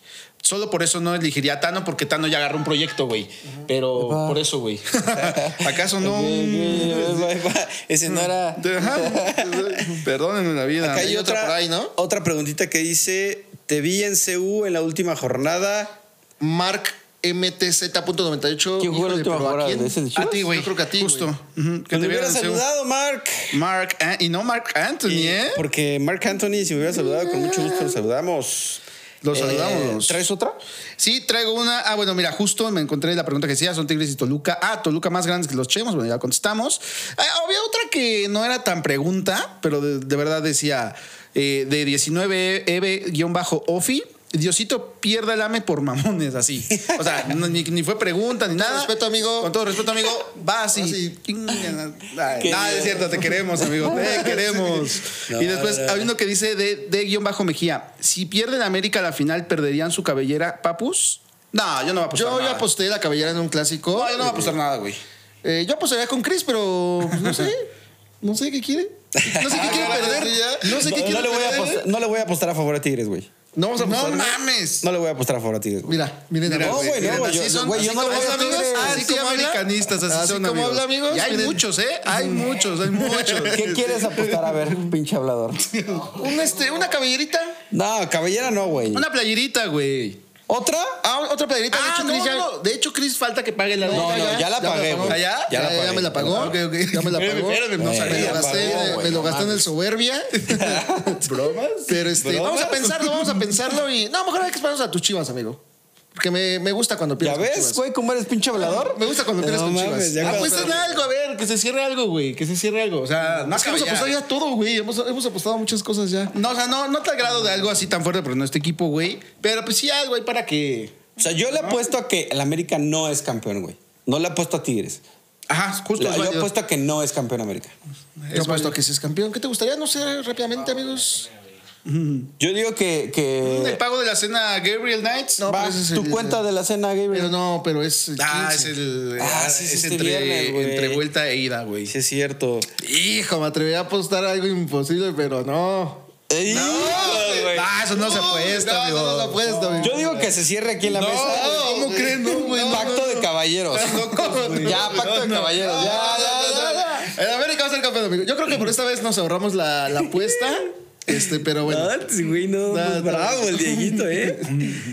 S3: Solo por eso no elegiría a Tano, porque Tano ya agarró un proyecto, güey. Pero
S2: Epa.
S3: por eso, güey. ¿Acaso no?
S2: Ese no era.
S3: Ajá. Perdónenme la vida.
S2: Acá hay
S1: Ah, otra
S2: otra,
S1: por ahí, ¿no?
S2: otra preguntita que dice: Te vi en CU en la última jornada.
S1: Mark MTZ.98.
S2: ¿Quién jugó la
S1: híjole,
S2: última
S1: pero ¿a
S2: jornada?
S1: quién?
S2: ¿De ese de
S3: A ti, güey.
S1: Yo creo que a ti,
S3: Justo.
S1: güey.
S3: Ujú,
S2: Que Pues me
S3: vieran
S2: hubiera
S3: en CU.
S2: saludado, Mark.
S3: Mark, An- y no Mark Anthony, ¿eh?
S2: Porque Mark Anthony, si me hubiera saludado, con mucho gusto lo saludamos.
S3: Lo
S2: Eh,
S3: saludamos.
S2: ¿Traes otra?
S3: Sí, traigo una. Ah, bueno, mira, justo me encontré la pregunta que decía, son Tigres y Toluca. Ah, Toluca más grandes que los Chemos, bueno, ya contestamos. Ah, había otra que no era tan pregunta, pero de, de verdad decía, eh, de E 19 EB-OFI, Diosito pierda el AME por mamones, así. O sea, no- ni, ni fue pregunta, ni nada.
S1: respeto, amigo.
S3: Con todo respeto, amigo, va así.
S1: así.
S3: Ay,
S2: Qué
S3: Nada,
S2: bien.
S3: Ah, es cierto, te queremos, amigo, te queremos.
S2: No,
S3: y después,
S2: no.
S3: hay uno que dice de, de guión bajo Mejía. Si pierden América la final, ¿perderían su cabellera papus? No, yo no voy a apostar.
S1: Yo ya
S3: nada.
S1: aposté la cabellera en un clásico.
S3: No, yo no voy a apostar nada, güey.
S1: Eh, yo apostaría con Chris, pero pues, no sé. No sé qué quiere. No sé qué quiere perder. No sé qué ¿eh?
S2: No,
S1: quiere
S2: no le voy a
S1: perder.
S2: apostar- no le voy a apostar a favor a Tigres, güey.
S1: No vamos a
S3: No
S1: apostar.
S3: mames.
S2: No le voy a apostar a favor a Tigres, güey.
S1: Mira, miren,
S3: Mira,
S1: a
S3: no,
S1: ver,
S3: güey, no,
S1: miren,
S2: güey,
S1: así
S2: yo-
S1: son,
S2: güey, yo
S1: así
S2: no le
S1: como
S2: voy a
S1: hablan,
S2: Tigres,
S1: amigos,
S2: así
S1: así como hablan.
S3: americanistas, así,
S1: Así
S3: son,
S1: como
S3: amigos.
S1: habla, amigos,
S3: Y hay
S1: miren.
S3: muchos, ¿eh? Hay muchos, hay muchos.
S2: ¿Qué quieres apostar? A ver, pinche hablador.
S1: Un, este, una caballerita.
S2: No, cabellera no, güey.
S3: Una playerita, güey.
S2: ¿Otra?
S1: Ah, otra playerita.
S3: Ah,
S1: de, hecho,
S3: no,
S1: Chris ya,
S3: no.
S1: de hecho, Chris falta que pague la de
S2: No,
S1: esta
S2: no, ya la pagué,
S1: pagó.
S2: güey.
S1: ¿Ya?
S2: Ya la pagué.
S1: me la pagó.
S3: Ok, ok.
S1: Ya me la
S3: Espérame,
S1: pagó.
S3: espérame, no
S1: Me
S3: sabía.
S1: lo gasté,
S2: Pagó, güey,
S1: me lo
S2: no
S1: gasté en el
S2: mames.
S1: soberbia.
S3: ¿Bromas?
S1: Pero este, vamos a pensarlo, vamos a pensarlo y. No, mejor hay que esperarnos a tus chivas, amigo. Porque me, me gusta cuando
S2: ¿Ya
S1: pierdes. con
S2: ves,
S1: Chivas.
S2: güey, cómo eres pinche hablador?
S1: Me gusta cuando pierdes
S2: No
S1: con
S2: mames,
S1: chivas.
S2: ya cuando-
S1: Apuesten algo, a ver.
S3: Que se cierre algo, güey. Que se cierre algo. O sea, no
S1: Es que hemos
S2: Pues,
S3: cabellera.
S1: apostado ya todo, güey. Hemos, hemos apostado muchas cosas ya.
S3: No, o sea, no, no te agrado de algo así tan fuerte, pero no este equipo, güey. Pero pues sí, algo hay para que.
S2: O sea, yo le apuesto a que el América no es campeón, güey. No le apuesto a Tigres.
S3: Ajá, justo.
S2: La-
S3: es
S2: yo
S3: válido.
S2: apuesto a que no es campeón América.
S1: Yo apuesto a que si es campeón. ¿Qué te gustaría? No sé, rápidamente, amigos.
S2: Yo digo que. que
S3: El pago de la cena Gabriel Knights.
S1: No,
S2: va
S1: pero ese es
S2: tu
S1: el-
S2: cuenta de la cena,
S1: Pero
S2: Gabriel.
S1: no, pero es. el
S3: Ah,
S1: 15.
S3: es el.
S2: Ah,
S3: ah,
S2: sí, es
S3: es
S2: este
S3: entre,
S2: viernes, güey.
S3: entre vuelta e ida, güey.
S2: Sí, es cierto.
S1: Hijo, me atreví a apostar algo imposible, pero no.
S2: Ey, güey.
S3: Ah, eso no se apuesta,
S1: Pues, no,
S3: amigo.
S1: No, no se apuesta, amigo.
S2: Yo digo que se cierre aquí en la
S3: No,
S2: mesa.
S3: ¿cómo creen? No, güey, no,
S2: Pacto de caballeros. ya, pacto de caballeros. ya, ya, ya, ya.
S1: El América va a ser campeón, amigo. Yo creo que por esta vez nos ahorramos la, la apuesta. Este, pero bueno,
S2: Antes, güey, no,
S1: no,
S2: bravo el Dieguito, ¿eh?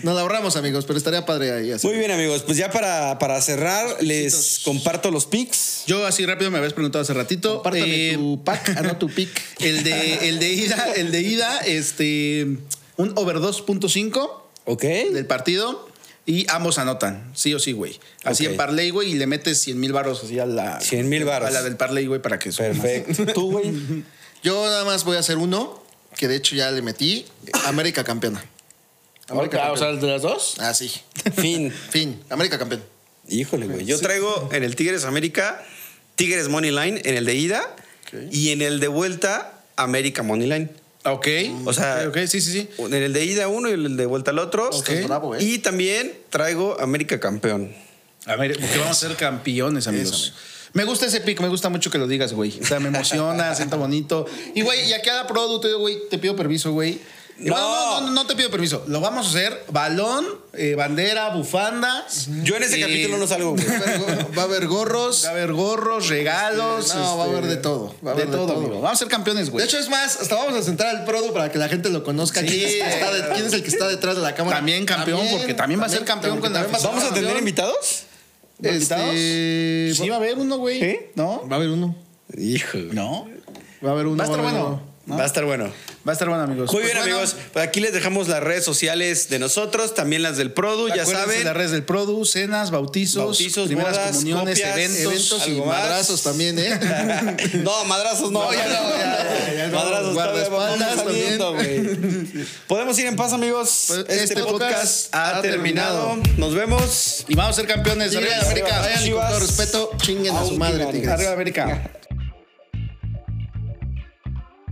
S1: nos la ahorramos, amigos, pero estaría padre ahí. Así.
S2: Muy bien, amigos, pues ya para, para cerrar, les comparto los
S1: Pues,
S2: pics.
S3: Yo así rápido me habías preguntado hace ratito.
S1: Compártame
S3: eh,
S1: tu pack, ah, no tu pick.
S3: El de, el de ida, el de ida, este, un over 2.5
S2: ¿Ok?
S3: del partido y ambos anotan, sí o sí, güey. Así
S2: Ok.
S3: en parlay, güey, y le metes 100 mil baros así a la...
S2: 100,000 varos.
S3: A la del parlay, güey, para que sume más.
S2: Perfecto. ¿Tú, güey?
S1: Yo nada más voy a hacer uno, que de hecho ya le metí. eh, América campeona.
S3: Ah, o sea, ¿el de las dos?
S1: Ah, sí.
S2: Fin.
S1: Fin. América campeón.
S2: Híjole, güey. Yo Yo traigo. traigo en el Tigres América, Tigres Money Line en el de ida y en el de vuelta, América Money Line.
S3: Ok.
S2: O sea-
S3: Ok, ok, sí, sí, sí.
S2: En el de ida uno y en el de vuelta al otro.
S1: Estás bravo, ¿eh?
S2: Y también traigo América Campeón.
S3: A ver, porque vamos a ser campeones, amigos.
S1: Eso, amigo.
S3: Me gusta ese pick, me gusta mucho que lo digas, güey. O sea, me emociona, siento bonito. Y, güey, y a cada producto, güey, te pido permiso, güey. Y,
S2: No.
S3: bueno, No. no, no, te pido permiso. Lo vamos a hacer balón, eh, bandera, bufanda.
S2: Yo en ese
S3: Eh,
S2: capítulo no salgo, güey.
S1: Va a haber go- Va a haber gorros.
S3: Va a haber gorros, regalos. este,
S1: No, va a haber de todo, va a haber
S3: de,
S1: de
S3: todo,
S1: todo.
S3: amigo. Vamos a ser campeones,
S1: De
S3: güey.
S1: hecho, es más, hasta vamos a centrar al Prodo para que la gente lo conozca.
S3: Sí.
S1: ¿Quién, es el que está de- quién es el que está detrás de la cámara?
S3: También campeón, porque también va a ser campeón con la
S1: también va ser
S2: ¿Vamos a tener
S1: campeón.
S2: invitados?
S1: Este,
S3: Sí, va a haber uno, güey.
S2: ¿Sí?
S3: ¿No?
S1: Va a haber uno.
S2: Hijo.
S3: No.
S1: Va a haber uno.
S3: Va a estar
S1: haber
S3: bueno.
S1: uno.
S3: ¿no?
S2: Va a estar bueno.
S3: Va a estar bueno, amigos.
S2: Muy
S3: Pues
S2: bien,
S3: bueno,
S2: amigos. Pues aquí les dejamos las redes sociales de nosotros, también las del Produ, ya
S3: Acuérdense de
S2: saben.
S3: Las redes del Produ, cenas, bautizos,
S2: Bautizos,
S3: primeras
S2: bodas,
S3: comuniones,
S2: copias,
S3: eventos.
S1: Eventos y
S2: ¿Algo más?
S1: madrazos también, ¿eh?
S2: No, madrazos no.
S1: No, ya no, ya, ya, ya no.
S2: Madrazos todavía vamos
S1: Guardaespaldas
S2: saliendo, güey. Podemos ir en paz, amigos.
S1: Pues,
S2: este,
S1: este
S2: podcast,
S1: podcast
S2: ha
S1: ha
S2: terminado.
S1: terminado.
S2: Nos vemos.
S3: Y vamos a ser campeones.
S1: Arriba
S3: Arriba
S1: de
S3: la
S1: América,
S3: América.
S1: vayan y con todo respeto, chinguen a su madre, Tigres.
S3: Arriba la América.